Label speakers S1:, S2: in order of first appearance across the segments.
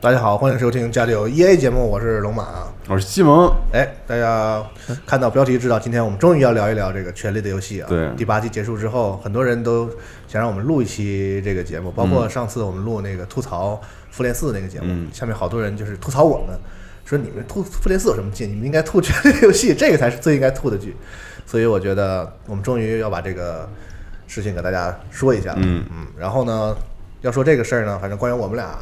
S1: 大家好，欢迎收听《家里有 EA》节目，我是龙马。啊
S2: 我是西蒙，
S1: 哎，大家看到标题知道，今天我们终于要聊一聊这个《权力的游戏》啊。
S2: 对
S1: 第八期结束之后，很多人都想让我们录一期这个节
S2: 嗯
S1: 目，包括上次我们录那个吐槽复联四那个节目，
S2: 嗯
S1: 下面好多人就是吐槽我们，说你们吐复联四有什么劲？你们应该吐《权力的游戏》，这个才是最应该吐的剧。所以我觉得我们终于要把这个事情给大家说一下。
S2: 嗯
S1: 嗯，然后呢，要说这个事儿呢，反正关于我们俩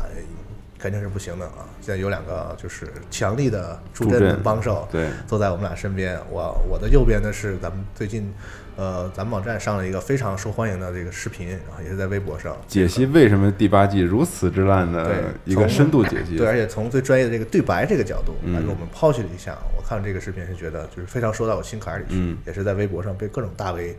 S1: 肯定是不行的啊。现在有两个就是强力的助阵的
S2: 助阵
S1: 帮手，
S2: 对
S1: 坐在我们俩身边。我我的右边呢是咱们最近，呃，咱们网站上了一个非常受欢迎的这个视频，然后也是在微博上
S2: 解析为什么第八季如此之烂的
S1: 对
S2: 一个
S1: 从
S2: 深度解析。
S1: 对，而且从最专业的这个对白这个角度
S2: 嗯
S1: 来给我们剖析了一下，我看这个视频是觉得就是非常说到我心坎里去，
S2: 嗯
S1: 也是在微博上被各种大 V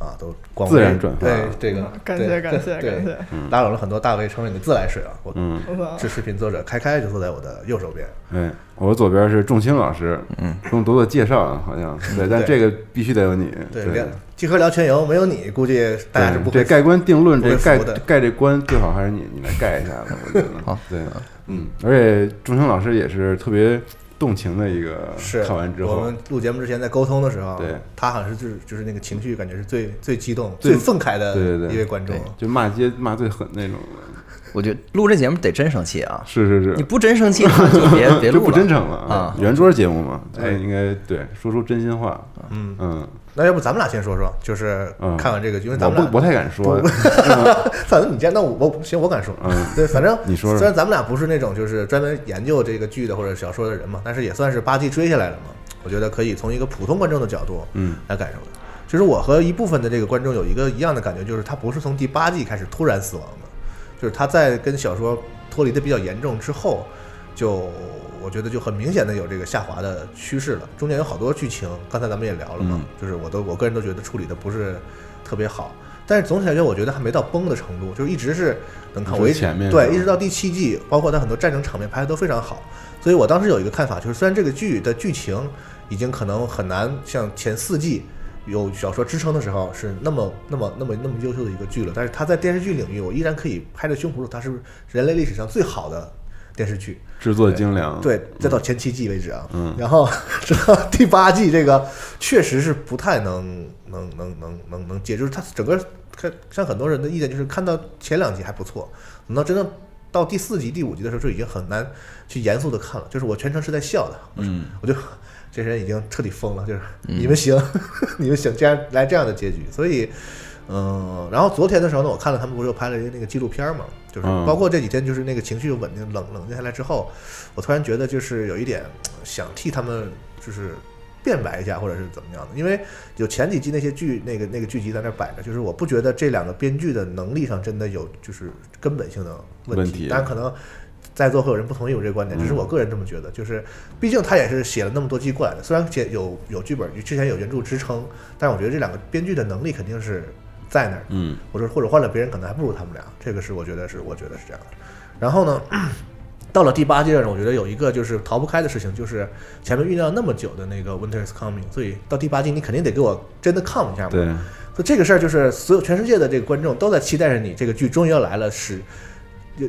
S1: 啊都广为
S2: 自然转发
S1: 对这个
S3: 嗯感
S1: 对
S3: 谢感谢
S1: 对
S3: 感谢
S1: 拉拢了很多大 V 成为你的自来水啊！我
S2: 嗯，
S3: 我操
S1: 这视频作者开开就坐在我的右手边，
S2: 对，哎我左边是仲卿老师，嗯，不用多做介绍啊，好像对，但这个必须得有你，
S1: 嗯对，聊集合聊全游，没有你估计大家是不
S2: 对
S1: 会
S2: 这盖棺定论，
S1: 不会
S2: 这盖
S1: 服的
S2: 盖这棺最好还是你你来盖一下吧，我觉得。
S4: 好，
S2: 对，嗯，而且仲卿老师也是特别动情的一个，
S1: 是
S2: 看完之
S1: 我
S2: 后
S1: 们，录节目之前在沟通的时候，
S2: 对
S1: 他好像是就是就是那个情绪感觉是最最激动、
S2: 最
S1: 最愤慨的
S2: 对对对
S1: 一位观众。
S2: 就骂街骂最狠那种的，
S4: 我觉得录这节目得真生气啊！
S2: 是是是
S4: 你，不真生气就 别别
S2: 就
S4: 录
S2: 不真诚了
S4: 了啊！
S2: 圆桌节目嘛，
S1: 嗯
S2: 就是应该对说出真心话。嗯嗯，
S1: 那要不咱们俩先说说，就是
S2: 嗯
S1: 看完这个，因为咱
S2: 我
S1: 们俩
S2: 不不太敢说，
S1: 反正你这样，那我我行，我敢说，
S2: 嗯
S1: 对，反正
S2: 你说说
S1: 虽然咱们俩不是那种就是专门研究这个剧的或者小说的人嘛，但是也算是八季追下来了嘛，我觉得可以从一个普通观众的角度，
S2: 嗯，
S1: 来感受的。其实我和一部分的这个观众有一个一样的感觉，就是他不是从第八季开始突然死亡的，就是他在跟小说脱离的比较严重之后，就我觉得就很明显的有这个下滑的趋势了。中间有好多剧情，刚才咱们也聊了嘛，
S2: 嗯
S1: 就是我都我个人都觉得处理的不是特别好，但是总体来说我觉得还没到崩的程度，就是一直是能看
S2: 你说
S1: 我一
S2: 前面是
S1: 对
S2: 吧
S1: 一直到第七季，包括它很多战争场面拍的都非常好，所以我当时有一个看法，就是虽然这个剧的剧情已经可能很难像前四季。有小说支撑的时候是那么那么那么那么优秀的一个剧了，但是它在电视剧领域，我依然可以拍着胸脯说它是人类历史上最好的电视剧。
S2: 制作精良，
S1: 对，再到前七季为止啊，
S2: 嗯
S1: 然后直到第八季，这个确实是不太能能能能能能接，就是它整个看像很多人的意见就是看到前两集还不错，等到真的到第四集、第五集的时候就已经很难去严肃的看了，就是我全程是在笑的，嗯，我就 这人已经彻底疯了，就是你们行， 你们行，竟然来这样的结局，所以。嗯，然后昨天的时候呢，我看了他们不是又拍了一个那个纪录片嘛，就是
S2: 嗯
S1: 包括这几天就是那个情绪稳定冷冷静下来之后，我突然觉得就是有一点呃想替他们就是辩白一下，或者是怎么样的，因为有前几季那些剧那个那个剧集在那儿摆着，就是我不觉得这两个编剧的能力上真的有就是根本性的问
S2: 问
S1: 题，
S2: 题嗯
S1: 但可能。在座会有人不同意我这个观点，只是我个人这么觉得。就是，毕竟他也是写了那么多季过来的，虽然写有有剧本，之前有原著支撑，但是我觉得这两个编剧的能力肯定是在那儿的。
S2: 嗯，
S1: 我说或者换了别人，可能还不如他们俩。这个是我觉得是，我觉得是这样的。然后呢，到了第八阶段，我觉得有一个就是逃不开的事情，就是前面酝酿那么久的那个 Winter is Coming，所以到第八季你肯定得给我真的抗一下嘛。
S2: 对，
S1: 所以这个事儿就是所有全世界的这个观众都在期待着你这个剧终于要来了，史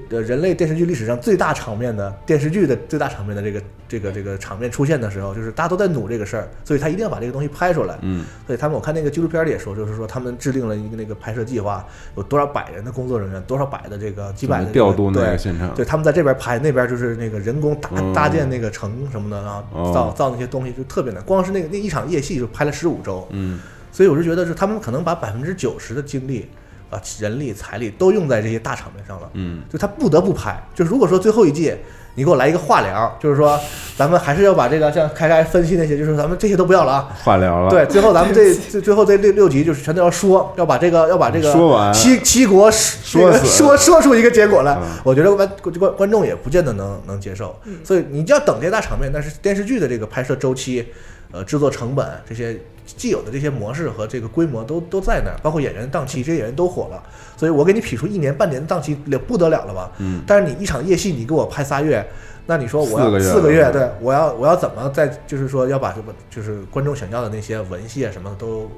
S1: 呃人类电视剧历史上最大场面的电视剧的最大场面的这个这个这个场面出现的时候，就是大家都在努这个事儿，所以他一定要把这个东西拍出来。
S2: 嗯，
S1: 所以他们我看那个纪录片里也说，就是说他们制定了一个那个拍摄计划，有多少百人的工作人员，多少百的这个几百的这个
S2: 调度那个
S1: 对
S2: 现场
S1: 对，他们在这边拍，那边就是那个人工搭
S2: 嗯
S1: 搭建那个城什么的，然啊后造
S2: 哦
S1: 造那些东西就特别难。光是那个那一场夜戏就拍了十五周，
S2: 嗯，
S1: 所以我是觉得是他们可能把百分之九十的精力啊、人力、财力都用在这些大场面上了。
S2: 嗯，
S1: 就他不得不拍。就是如果说最后一季你给我来一个化疗，就是说咱们还是要把这个像开开分析那些，就是说咱们这些都不要了啊，
S2: 话聊了，
S1: 对，最后咱们 这最最后这六六集就是全都要说，要把这个要把这个
S2: 说完
S1: 七七国说
S2: 说
S1: 那个
S2: 死
S1: 说说出一个结果来
S2: 嗯，
S1: 我觉得观观观众也不见得能能接受，所以你要等这些大场面，但是电视剧的这个拍摄周期，呃，制作成本这些既有的这些模式和这个规模都都在那儿，包括演员档期，这些演员都火了，所以我给你匹出一年半年的档期了不得了了吧？
S2: 嗯，
S1: 但是你一场夜戏你给我拍仨月。那你说我要
S2: 四个月
S1: 四个月，
S2: 了
S1: 对我要我要怎么在就是说要把什么就是观众想要的那些文戏啊什么的都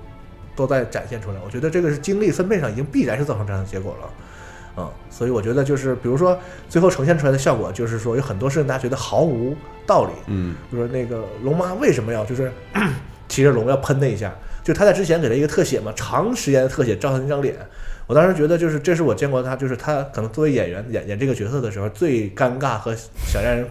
S1: 都在展现出来。我觉得这个是精力分配上已经必然是造成这样的结果了。嗯，所以我觉得就是，比如说最后呈现出来的效果，就是说有很多事情大家觉得毫无道理，
S2: 嗯，
S1: 比如说那个龙妈为什么要就是 骑着龙要喷那一下，就她在之前给了一个特写嘛，长时间的特写照她那张脸，我当时觉得就是这是我见过她，就是她可能作为演员演演这个角色的时候最尴尬和想让人。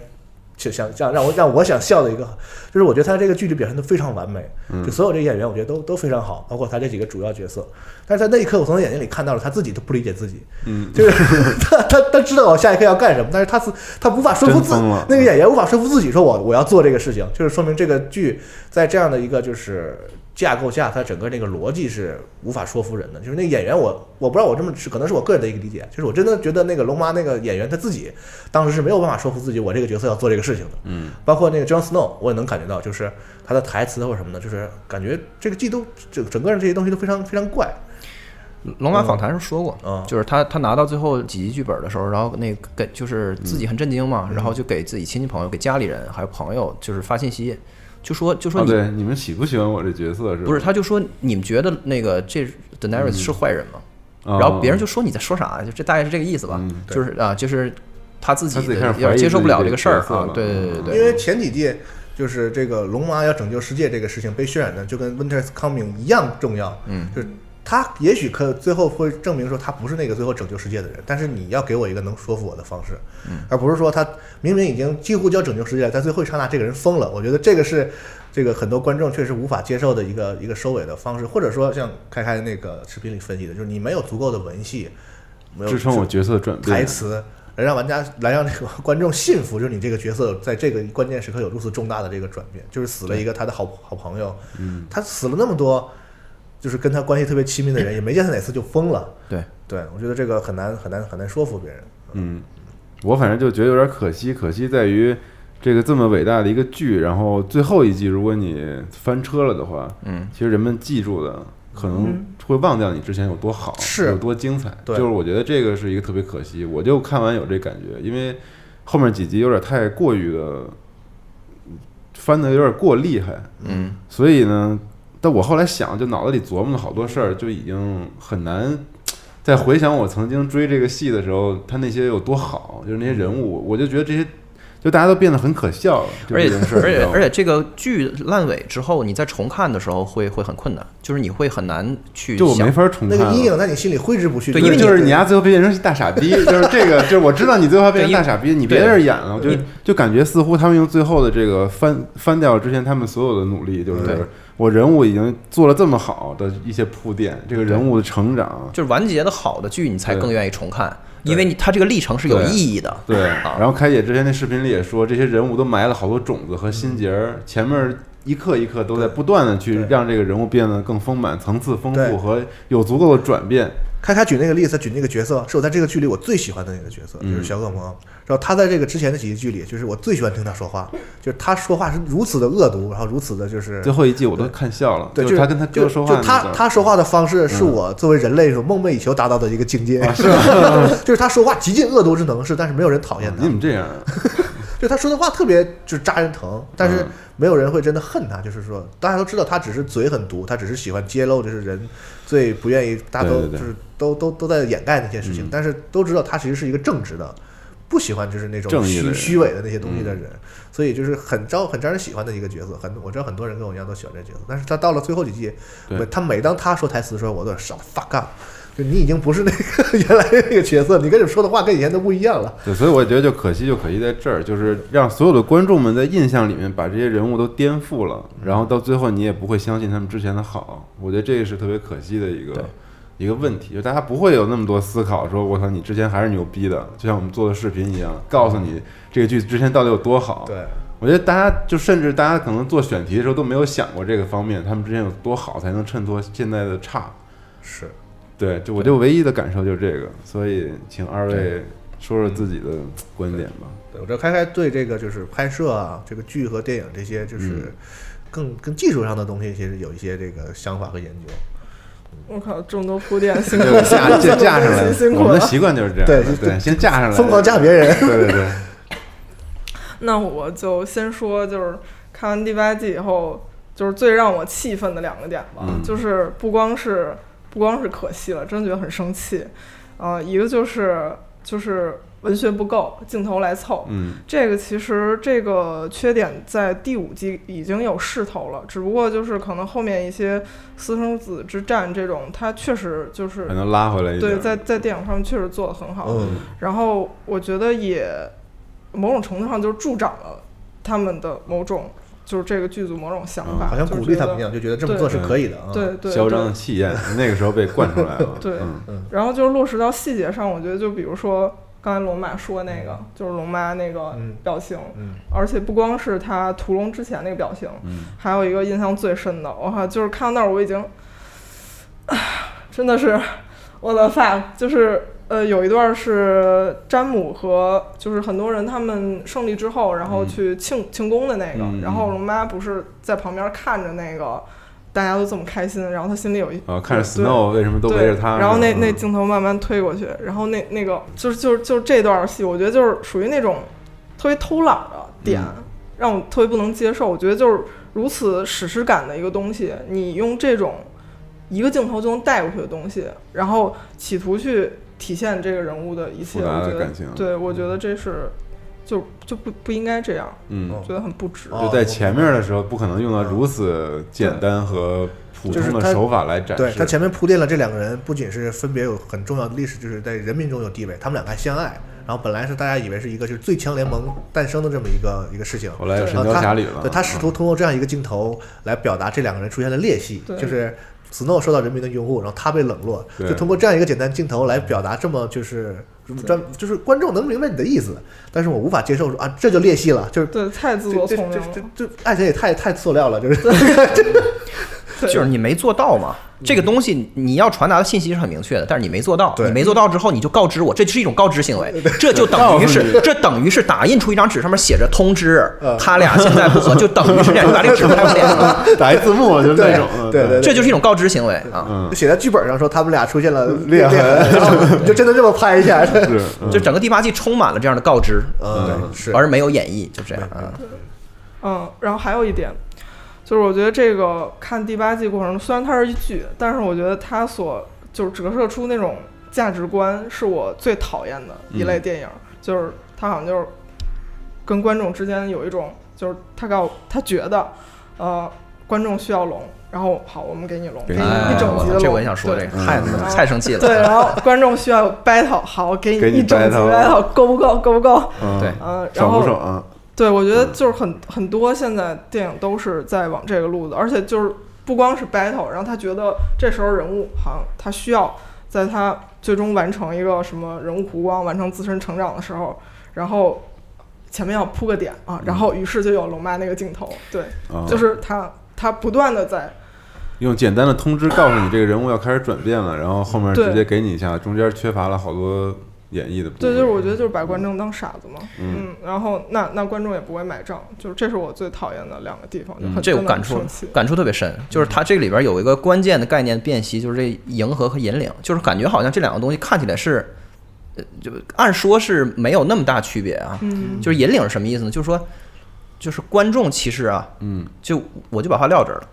S1: 想想想让我让我想笑的一个，就是我觉得她这个剧里表现的非常完美，就所有这些演员我觉得都都非常好，包括她这几个主要角色。但是在那一刻，我从她眼睛里看到了她自己都不理解自己，
S2: 嗯，
S1: 就是她她她知道我下一刻要干什么，但是她自她无法说服自
S2: 真疯了
S1: 那个演员无法说服自己说我我要做这个事情，就是说明这个剧在这样的一个就是架构下，它整个那个逻辑是无法说服人的。就是那个演员我，我不知道我这么是可能是我个人的一个理解，就是我真的觉得那个龙妈那个演员他自己当时是没有办法说服自己，我这个角色要做这个事情的。
S2: 嗯，
S1: 包括那个 Jon Snow，我也能感觉到，就是他的台词或者什么的，就是感觉这个季都整整个人这些东西都非常非常怪。
S4: 龙马访谈时候说过，
S1: 嗯
S4: 就是他他拿到最后几集剧本的时候，然后那个给就是自己很震惊
S2: 嗯
S4: 嘛，然后就给自己亲戚朋友、给家里人还有朋友就是发信息，就说就说
S2: 啊，
S4: 你、
S2: 对，你们喜不喜欢我这角色是吧？
S4: 不是，他就说你们觉得那个这
S2: 嗯
S4: Daenerys 是坏人吗？
S2: 哦
S4: 然后别人就说你在说啥，就这大概是这个意思吧，
S2: 嗯
S1: 对
S4: 就是啊，就是他自己
S2: 他自己
S4: 的
S2: 开
S4: 有
S2: 始怀疑
S4: 点接受不了这个事儿
S2: 自己的角色
S4: 啊
S2: 了，
S4: 对对对对
S1: 因
S4: 对，
S1: 为前几季就是这个龙妈要拯救世界这个事情被渲染的就跟 Winter's Coming 一样重要，
S4: 嗯，
S1: 就是他也许可最后会证明说他不是那个最后拯救世界的人，但是你要给我一个能说服我的方式，嗯，而不是说他明明已经几乎就要拯救世界了，但最后一刹那这个人疯了，我觉得这个是。这个很多观众确实无法接受的一个一个收尾的方式，或者说像开开那个视频里分析的，就是你没有足够的文戏，没有
S2: 支撑我角色转变
S1: 台词，来让玩家来让这个观众信服，就是你这个角色在这个关键时刻有如此重大的这个转变，就是死了一个他的好好朋友，嗯，他死了那么多，就是跟他关系特别亲密的人，也没见他哪次就疯了。
S4: 对
S1: 对，我觉得这个很难很难很难说服别人。
S2: 嗯，我反正就觉得有点可惜，可惜在于这个这么伟大的一个剧，然后最后一季如果你翻车了的话，
S4: 嗯，
S2: 其实人们记住的可能会忘掉你之前有多好，
S1: 是
S2: 有多精彩。
S1: 对
S2: 就是我觉得这个是一个特别可惜，我就看完有这感觉，因为后面几集有点太过于的翻的有点过厉害，
S4: 嗯，
S2: 所以呢，但我后来想，就脑子里琢磨了好多事儿，就已经很难再回想我曾经追这个戏的时候，他那些有多好，就是那些人物，我就觉得这些就大家都变得很可笑了。就
S4: 嗯而
S2: 这
S4: 且
S2: 件事
S4: 而
S2: 儿，你知
S4: 且
S2: 道吗
S4: 而且这个剧烂尾之后，你再重看的时候会会很困难，就是你会很难去
S2: 就我
S4: 想
S2: 没法重
S1: 那
S2: 看
S1: 个
S2: 了。
S1: 阴影在你心里挥之不去，
S4: 对
S2: 嗯因
S4: 因
S2: 为
S4: 为
S2: 就是你
S1: 要
S2: 丫最后变成大傻逼，就是这个，就是我知道你最后变成大傻逼，你别在这儿演了，我就
S4: 对
S2: 就感觉似乎他们用最后的这个翻翻掉之前他们所有的努力，就
S4: 对
S2: 是我人物已经做了这么好的一些铺垫，这个人物的成长，
S4: 就是完结的好的剧，你才
S2: 对
S4: 更愿意重看，
S1: 对
S4: 因为你它这个历程是有
S2: 对
S4: 意义的。
S2: 对，
S4: 啊
S2: 然后开姐之前那视频里也说，这些人物都埋了好多种子和心结儿，前面一刻一刻都在不断的去
S1: 对
S2: 让这个人物变得更丰满、层次丰
S1: 对
S2: 富和有足够的转变。
S1: 开开举那个例子，他举那个角色是我在这个剧里我最喜欢的那个角色，就是小恶魔。然后他在这个之前的几个剧里，就是我最喜欢听他说话，就是他说话是如此的恶毒，然后如此的就是
S2: 最后一季我都看笑了，
S1: 对，
S2: 就
S1: 就是
S2: 他跟他哥
S1: 就
S2: 说
S1: 就
S2: 话那嗯
S1: 他
S2: 段儿
S1: 他说话的方式是我作为人类所梦寐以求达到的一个境
S2: 啊
S1: 界，是 就是他说话极尽恶毒之能事，但是没有人讨厌
S2: 你
S1: 他
S2: 怎，么这样啊？
S1: 就他说的话特别就是扎人疼，但是
S2: 嗯
S1: 没有人会真的恨他，就是说大家都知道他只是嘴很毒，他只是喜欢揭露就是人最不愿意，大家都
S2: 对嗯对对
S1: 就是都都都在掩盖那些事情，但是都知道他其实是一个正直的。不喜欢就是那种
S2: 正义的
S1: 虚
S2: 人嗯
S1: 虚伪的那些东西的人，所以就是很招很招人喜欢的一个角色。很我知道很多人跟我一样都喜欢这个角色，但是他到了最后几季，
S2: 对
S1: 每他每当他说台词的时候，我都是 shut the fuck up，就你已经不是那个原来那个角色，你跟你说的话跟以前都不一样了。
S2: 对，所以我觉得就可惜，就可惜在这儿，就是让所有的观众们在印象里面把这些人物都颠覆了，然后到最后你也不会相信他们之前的好。我觉得这个是特别可惜的一个一个问题，就大家不会有那么多思考，说我操，你之前还是牛逼的，就像我们做的视频一样，告诉你这个剧之前到底有多好。
S1: 对，
S2: 我觉得大家就甚至大家可能做选题的时候都没有想过这个方面，他们之前有多好才能衬托现在的差。
S1: 是。
S2: 对，就我就唯一的感受就是这个，所以请二位说说自己的
S3: 嗯
S2: 观点吧。
S1: 对，我知道开开对这个就是拍摄啊，这个剧和电影这些就是更更技术上的东西，其实有一些这个想法和研究。
S3: 我靠，这么多铺垫，辛苦
S2: 就
S3: 了，
S2: 架架架上来，
S3: 辛
S2: 我
S3: 苦
S2: 们
S3: 了
S2: 的。习惯就是这样，
S1: 对
S2: 对，
S1: 就
S2: 先架上来，
S1: 疯狂嫁别 人
S2: 对对 对，
S3: 那我就先说，就是看完第八季以后，就是最让我气愤的两个点吧，
S2: 嗯
S3: 就是不光是不光是可惜了，真的觉得很生气。呃，一个就是就是文学不够，镜头来凑。
S2: 嗯
S3: 这个其实这个缺点在第五季已经有势头了，只不过就是可能后面一些私生子之战这种，它确实就是
S2: 还能拉回来一点
S3: 对
S2: 儿。
S3: 在在电影上面确实做得很好。
S1: 嗯，
S3: 然后我觉得也某种程度上就是助长了他们的某种就是这个剧组某种想法，
S1: 嗯好像
S3: 就
S1: 鼓
S3: 觉
S1: 励他
S3: 得
S1: 们一样，就觉得这么做是可以的啊。
S3: 对对
S2: 嚣
S3: 对
S2: 张的气焰，那个时候被惯出来了。
S3: 对
S2: 嗯
S3: 然后就是落实到细节上，我觉得就比如说刚才龙马说那
S2: 嗯
S3: 个，就是龙妈那个
S1: 嗯
S3: 表情，
S1: 嗯
S3: 而且不光是她屠龙之前那个表情，
S2: 嗯，
S3: 还有一个印象最深的，我靠，就是看到那儿我已经， 唉真的是我的 fuck，就是呃有一段是詹姆和就是很多人他们胜利之后，然后
S2: 嗯
S3: 去庆、庆功的那个，
S2: 嗯
S3: 然后龙妈不是在旁边看着那个。大家都这么开心，然后她心里有一
S2: 啊，看着
S3: 对
S2: Snow 为什么都围
S3: 对，
S2: 着他，
S3: 然后那
S2: 嗯
S3: 那镜头慢慢推过去，然后那那个就是就是就是这段戏，我觉得就是属于那种特别偷懒的点，
S2: 嗯
S3: 让我特别不能接受。我觉得就是如此史诗感的一个东西，你用这种一个镜头就能带过去的东西，然后企图去体现这个人物的一
S2: 复
S3: 切，
S2: 杂
S3: 我
S2: 的
S3: 觉得
S2: 感情
S3: 对，我觉得这是就就不不应该这样，
S2: 嗯
S1: 哦，
S3: 觉得很不值。
S1: 哦
S2: 就在前面的时候，不可能用到如此简单和普
S1: 就是
S2: 通的
S1: 他
S2: 手法来展
S1: 对他
S2: 示。
S1: 前面铺垫了这两个人不仅是分别有很重要的历史，就是在人民中有地位，他们两个还相爱。然后本来是大家以为是一个就是最强联盟诞生的这么一个一个事情，
S2: 后来
S3: 对
S2: 神雕侠侣了，嗯
S1: 对呃他试图通过这样一个镜头来表达这两个人出现的裂隙，
S3: 对
S1: 就是 Snow 受到人民的拥护，然后他被冷落，
S2: 对
S1: 就通过这样一个简单镜头来表达这么就是专就是观众能明白你的意思，但是我无法接受说啊这就裂隙了，就是
S3: 对，太自作
S1: 这这
S3: 聪明
S1: 这
S3: 了
S1: 这。这爱情也太太塑料了，就是
S3: 对
S4: 就是你没做到嘛。
S2: 嗯
S4: 这个东西你要传达的信息是很明确的，但是你没做到，
S1: 对
S4: 你没做到之后你就告知我，这是一种告知行为，这就等
S2: 告
S4: 于是这等于是打印出一张纸，上面写着通知
S1: 嗯，
S4: 他俩现在不和，就等于是这样，就把这个纸拍不脸 了，
S2: 打一字幕就是那种，嗯
S1: 对对对
S4: 这就是一种告知行为啊。
S2: 嗯
S1: 写在剧本上说他们俩出现 了
S2: 裂痕
S1: 然后你就真的这么拍一下，
S2: 是，嗯
S4: 就整个第八季充满了这样的告知，
S1: 嗯是
S4: 而没有演绎，就这样啊。
S3: 嗯，然后还有一点，就是我觉得这个看第八季过程中，虽然它是一剧，但是我觉得它所就是折射出那种价值观，是我最讨厌的一类
S2: 嗯
S3: 电影。就是它好像就是跟观众之间有一种，就是他告他觉得，呃，观众需要龙，然后好，我们给你龙，
S2: 给你
S3: 给你
S2: 龙
S4: 哎
S3: 一整
S4: 我
S3: 集的
S4: 操
S3: 龙。
S4: 这我也想说
S3: 对
S4: 这个，太
S3: 嗯
S4: 太生气了。
S3: 对，然后观众需要 battle，好，给
S2: 给你
S3: 你一整集
S2: battle
S3: battle，够不够？够不够？
S2: 嗯
S4: 对
S3: 嗯、然
S2: 爽
S3: 后
S2: 不爽啊？
S3: 对，我觉
S4: 嗯
S3: 得就是很、很多现在电影都是在往这个路子，而且就是不光是 battle，然后他觉得这时候人物好像他需要在他最终完成一个什么人物弧光、完成自身成长的时候，然后前面要铺个点啊，
S4: 嗯
S3: 然后于是就有龙妈那个镜头，对，
S4: 哦
S2: 啊
S3: 就是他他不断的在
S2: 用简单的通知告诉你这个人物要开始转变了，然后后面直接给你一下，中间缺乏了好多演绎的部分。
S3: 对，就是我觉得就是把观众当傻子嘛，嗯，然后那那观众也不会买账，就是这是我最讨厌的两个地方，就很、
S4: 嗯这我
S3: 真的很
S4: 感触
S3: 生气嗯
S4: 感触特别深，就是它这里边有一个关键的概念辨析，就是这迎合和引领，就是感觉好像这两个东西看起来是，呃，就按说是没有那么大区别啊。
S3: 嗯
S4: 就是引领是什么意思呢？就是说，就是观众其实啊，
S2: 嗯
S4: 就我就把话撂这儿了。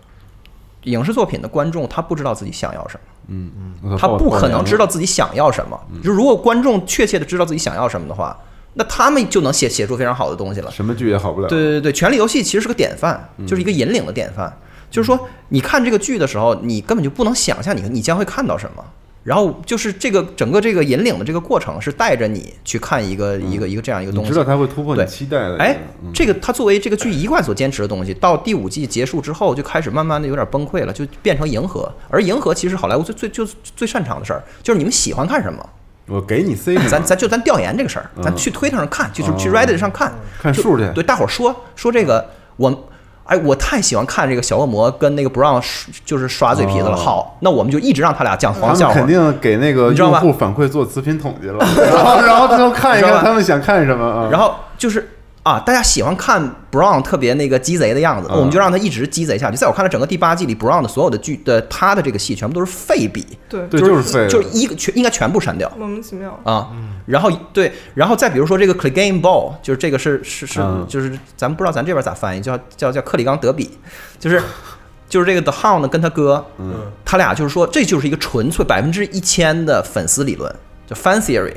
S4: 影视作品的观众他不知道自己想要什么，
S2: 嗯嗯，
S4: 他不可能知
S2: 道。
S4: 道自己想要什么。
S2: 嗯
S4: 就如果观众确切的知道自己想要什么的话，那他们就能写写出非常好的东西了。
S2: 什么剧也好不了。
S4: 对对对对，《权力游戏》其实是个典范，
S2: 嗯
S4: 就是一个引领的典范。就是说，你看这个剧的时候，你根本就不能想象你你将会看到什么。然后就是这个整个这个引领的这个过程，是带着你去看一个一个一个这样一
S2: 嗯
S4: 个
S2: 你
S4: 东西
S2: 知。道他会突破你
S4: 对
S2: 期待的。
S4: 哎
S2: 嗯，
S4: 这个它作为这个剧一贯所坚持的东西，到第五季结束之后，就开始慢慢的有点崩溃了，就变成迎合。而迎合其实好莱坞最最就最擅长的事儿，就是你们喜欢看什么，
S2: 我给你 C，
S4: 咱咱就咱调研这个事儿，咱
S2: 嗯
S4: 去推特上看，就是去
S2: 哦
S4: Reddit 上看，
S2: 看
S4: 就
S2: 数去
S4: 对，大伙儿说说这个，我哎，我太喜欢看这个小恶魔跟那个 Brown 就是耍嘴皮子了。
S2: 哦
S4: 好，那我们就一直让他俩讲
S2: 他
S4: 黄笑
S2: 们
S4: 话。
S2: 肯定给那个
S4: 你知道
S2: 用
S4: 吧
S2: 户反馈做词频统 计了，然后然后最后看一
S4: 你知
S2: 看
S4: 道吧
S2: 他们想看什么啊。
S4: 然后就是啊，大家喜欢看 Brown 特别那个鸡贼的样子，
S2: 嗯
S4: 我们就让他一直鸡贼下去。在我看来，整个第八季里 Brown 的所有的剧的他的这个戏全部都是废笔，
S3: 对
S2: 对，就是废了，
S4: 就是一个全应该全部删掉。
S3: 莫名其妙，
S4: 啊，然后对，然后再比如说这个 Clegane Ball，就是这个是是是
S2: 嗯，
S4: 就是咱们不知道咱这边咋翻译，叫叫叫克里冈德比，就是 就是这个 The Hound 跟他哥，
S2: 嗯
S4: 他俩就是说这就是一个纯粹百分之一千的粉丝理论，就 fan theory，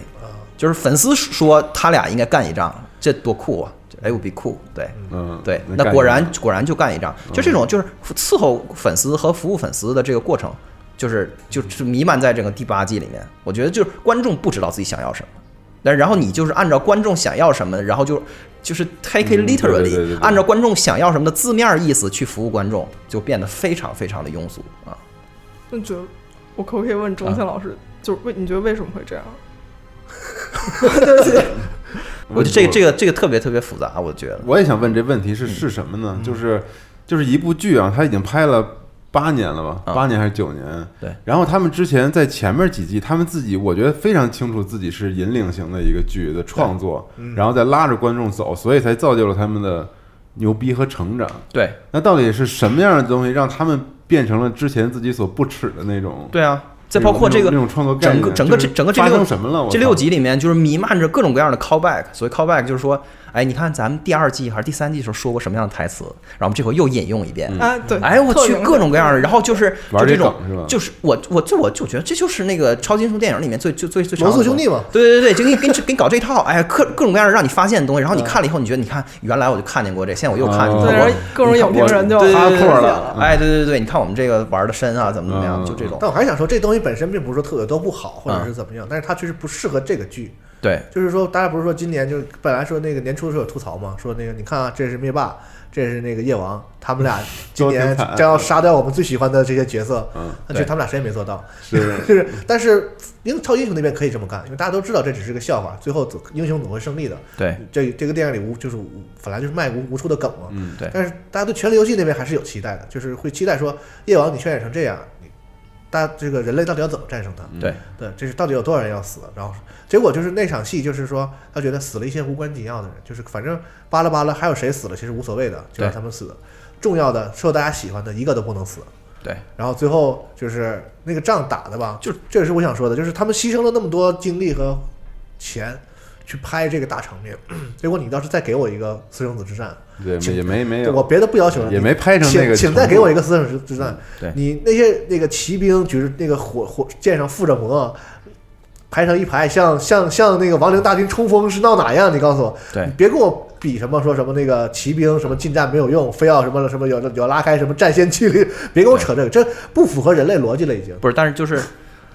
S4: 就是粉丝说他俩应该干一仗，这多酷啊！这 it would be cool，对。
S2: 嗯，
S4: 对，
S2: 能
S4: 那
S2: 干
S4: 果
S2: 一嗯
S4: 然
S2: 个
S4: 果然就干一仗，就这种就是伺候粉丝和服务粉丝的这个过程，就是就是弥漫在这个第八季里面。我觉得就是观众不知道自己想要什么，但然后你就是按照观众想要什么，然后就就是 take it
S2: 嗯对对对对
S4: literally，
S2: 对
S4: 按照观众想要什么的字面意思去服务观众，就变得非常非常的庸俗啊。
S3: 那你觉得我可不可以问钟
S4: 啊
S3: 健老师，就是为你觉得为什么会这样？对不起，
S4: 我觉得这
S2: 个
S4: 个这个这个特别特别复杂，我觉得。
S2: 我也想问这问题
S4: 嗯
S2: 是是什么呢？就是就是一部剧啊，它已经拍了。八年了吧，
S4: 啊
S2: 八年还是九年？
S4: 对。
S2: 然后他们之前在前面几季，他们自己我觉得非常清楚自己是引领型的一个剧的创作，
S4: 嗯
S2: 然后再拉着观众走，所以才造就了他们的牛逼和成长。
S4: 对
S2: 那到底是什么样的东西让他们变成了之前自己所不耻的那种？
S4: 对啊，再包括这个
S2: 那种创作概
S4: 整
S2: 念，
S4: 个整
S2: 就
S4: 个这
S2: 是
S4: 整个这
S2: 发
S4: 六
S2: 生什么了？我
S4: 这六
S2: 操
S4: 集里面就是弥漫着各种各样的 callback，所以 callback 就是说，哎，你看咱们第二季还是第三季的时候说过什么样的台词，然后我们这回又引用一
S2: 嗯
S4: 遍。
S3: 啊，对，
S4: 哎，我
S3: 特
S4: 去
S3: 灵
S4: 各种各样的，然后就是就
S2: 玩
S4: 这
S2: 这
S4: 种
S2: 梗，是吧？
S4: 就是我我这我就觉得这就是那个超级英雄电影里面最最最最常
S1: 罗
S4: 做
S1: 素
S4: 的
S1: 兄弟嘛，
S4: 对对对，就给你给你给你搞这套，哎呀，各各种各样的让你发现的东西，然后你看了以后，你觉得你看原来我就看见过这，现在我又看见
S2: 哦
S4: 过，
S3: 对，然后各种影评人就
S4: 对对
S2: 哈
S4: 对
S2: 扣
S4: 对对
S2: 了嗯
S4: 哎，对对对，你看我们这个玩的深啊，怎么怎么样，就这种，
S1: 但我还是想说，这东西本身并不是说特别多不好，或
S2: 嗯
S1: 者是怎么样，但是它确实不适合这个剧。
S4: 对，
S1: 就是说，大家不是说今年就是本来说那个年初的时候有吐槽嘛，说那个你看啊，这是灭霸，这是那个夜王，他们 俩今年
S2: 都挺惨
S1: 将要杀掉我们最喜欢的这些角色，
S2: 嗯，
S1: 那其实他们俩谁也没做到。
S2: 是
S1: 就是，但是英超英雄那边可以这么干，因为大家都知道这只是个笑话，最后总英雄总会胜利的。
S4: 对
S1: 这这个电影里无就是无本来就是卖无无处的梗嘛。
S2: 嗯
S4: 对
S1: 但是大家对《权力游戏》那边还是有期待的，就是会期待说哎夜王你渲染成这样，你大家这个人类到底要怎么战胜他？
S4: 对
S1: 对，这是到底有多少人要死？然后结果就是那场戏，就是说他觉得死了一些无关紧要的人，就是反正扒拉扒拉还有谁死了，其实无所谓的，就让
S4: 对
S1: 他们死。重要的受大家喜欢的一个都不能死。
S4: 对，
S1: 然后最后就是那个仗打的吧，
S4: 就
S1: 这也是我想说的，就是他们牺牲了那么多精力和钱去拍这个大场面， 结果你倒是再给我一个私生子之战，
S2: 对，没也没没
S1: 我
S2: 有，
S1: 别的不要求了，
S2: 也
S1: 你
S2: 没拍成那
S1: 请
S2: 个
S1: 请
S2: 程度
S1: 再给我一个私生子之战，
S4: 对
S1: 你那些那个骑兵举着那个火火箭上附着魔。排成一排，像像像那个亡灵大军冲锋是闹哪样？你告诉我，
S4: 对
S1: 你别跟我比什么说什么那个骑兵什么近战没有用，非要什么什么有有拉开什么战线距离， 别跟我扯这个，这不符合人类逻辑了已经。
S4: 不是，但是就是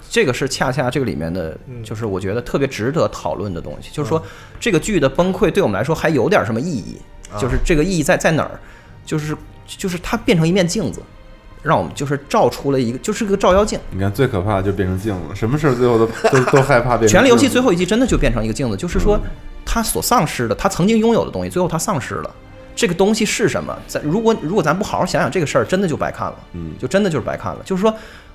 S4: 这个是恰恰这个里面的
S1: 嗯，
S4: 就是我觉得特别值得讨论的东西，就是说这个剧的崩溃对我们来说还有点什么意义，
S1: 啊
S4: 就是这个意义在在哪儿，就是就是它变成一面镜子，让我们就是照出了一个就是个照妖镜。
S2: 你看最可怕的就变成镜子，什么事儿最后都都都害怕变成镜
S4: 《
S2: 子。
S4: 权力游戏》最后一季真的就变成一个镜子，就是说他所丧失的，他曾经拥有的东西，最后他丧失了。这个东西是什么？在如果如果咱不好好想想这个事儿，真的就白看了，
S2: 嗯
S4: 就真的就是白看了。就是说，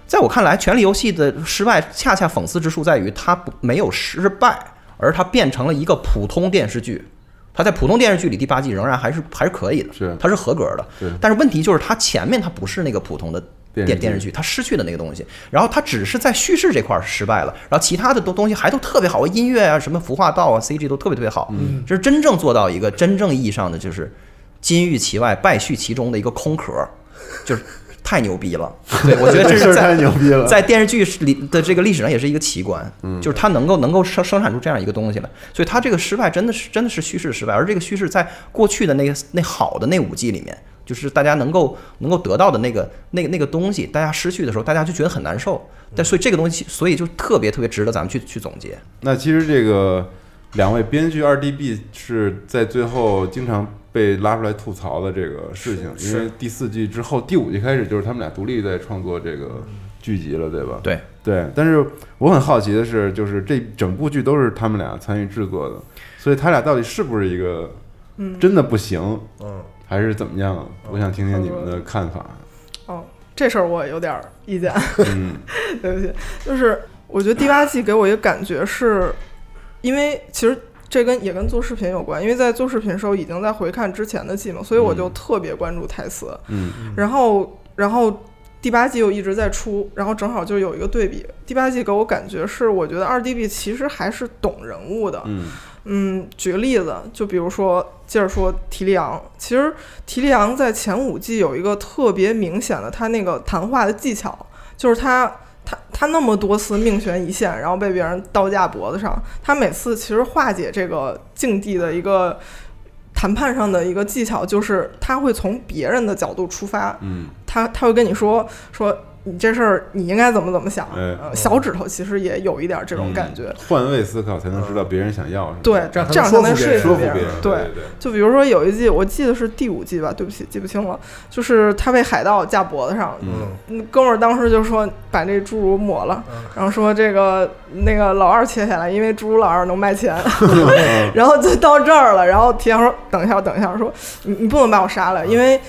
S4: 在我看来，《权力游戏》的失败恰恰讽刺之处在于，它不没有失败，而它变成了一个普通电视剧。它在普通电视剧里第八季仍然还是还是可以的，
S2: 是
S4: 它是合格的
S2: 对。
S4: 但是问题就是它前面它不是那个普通的
S2: 电视
S4: 电
S2: 剧
S4: 电视剧，它失去了那个东西，然后它只是在叙事这块儿失败了，然后其他的东东西还都特别好，音乐啊、什么服化道啊、CG 都特别特别好，嗯，这是真正做到一个真正意义上的就是金玉其外，败絮其中的一个空壳儿，就是太牛逼 了。对，我觉得这
S2: 这事
S4: 是
S2: 儿
S4: 在
S2: 太牛逼了
S4: 在电视剧里的这个历史上也是一个奇观，就是它能够能够生生产出这样一个东西来，所以它这个失败真的是真的是叙事失败，而这个叙事在过去的那个那好的那五季里面，就是大家能够能够得到的那个那个那个东西，大家失去的时候，大家就觉得很难受，但所以这个东西，所以就特别特别值得咱们去去总结。
S2: 那其实这个两位编剧二 D B 是在最后经常被拉出来吐槽的这个事情，因为第四季之后第五季开始就是他们俩独立在创作这个剧集了，对吧？
S4: 对，
S2: 对，但是我很好奇的是，就是这整部剧都是他们俩参与制作的，所以他俩到底是不是一个真的不行，
S1: 嗯，
S2: 还是怎么样？我想听听你们
S3: 嗯
S2: 的看法。
S3: 哦，这事儿我有点儿意见，
S2: 嗯，
S3: 对不起，就是我觉得第八季给我一个感觉是，因为其实这跟也跟做视频有关，因为在做视频的时候已经在回看之前的季嘛，所以我就
S2: 嗯
S3: 特别关注台词，
S2: 嗯
S3: 然后然后第八季又一直在出，然后正好就有一个对比，第八季给我感觉是，我觉得二 D B 其实还是懂人物的，
S2: 嗯
S3: 嗯，举个例子，就比如说，接着说提利昂。其实提利昂在前五季有一个特别明显的，他那个谈话的技巧，就是他他他那么多次命悬一线，然后被别人倒架脖子上，他每次其实化解这个境地的一个谈判上的一个技巧，就是他会从别人的角度出发，
S2: 嗯，
S3: 他他会跟你说说你这事儿你应该怎么怎么想，
S2: 哎
S3: 呃小指头其实也有一点这种感觉，
S2: 嗯
S3: 嗯
S2: 换位思考才能知道别人想要什么，
S3: 对，
S1: 这样才能
S3: 这样才能
S1: 说服别
S3: 说
S1: 人
S2: 说
S3: 服
S2: 服
S3: 别
S2: 别
S3: 人
S2: 人，，
S3: 对。
S2: 对，
S3: 就比如说有一季，我记得是第五季吧，对不起，记不清了。就是他被海盗架脖子上，
S2: 嗯，
S3: 嗯哥们儿当时就说把这侏儒抹了，然后说这个那个老二切下来，因为侏儒老二能卖钱。然后就到这儿了，然后提阳说等一下，等一下，说你你不能把我杀了，因为。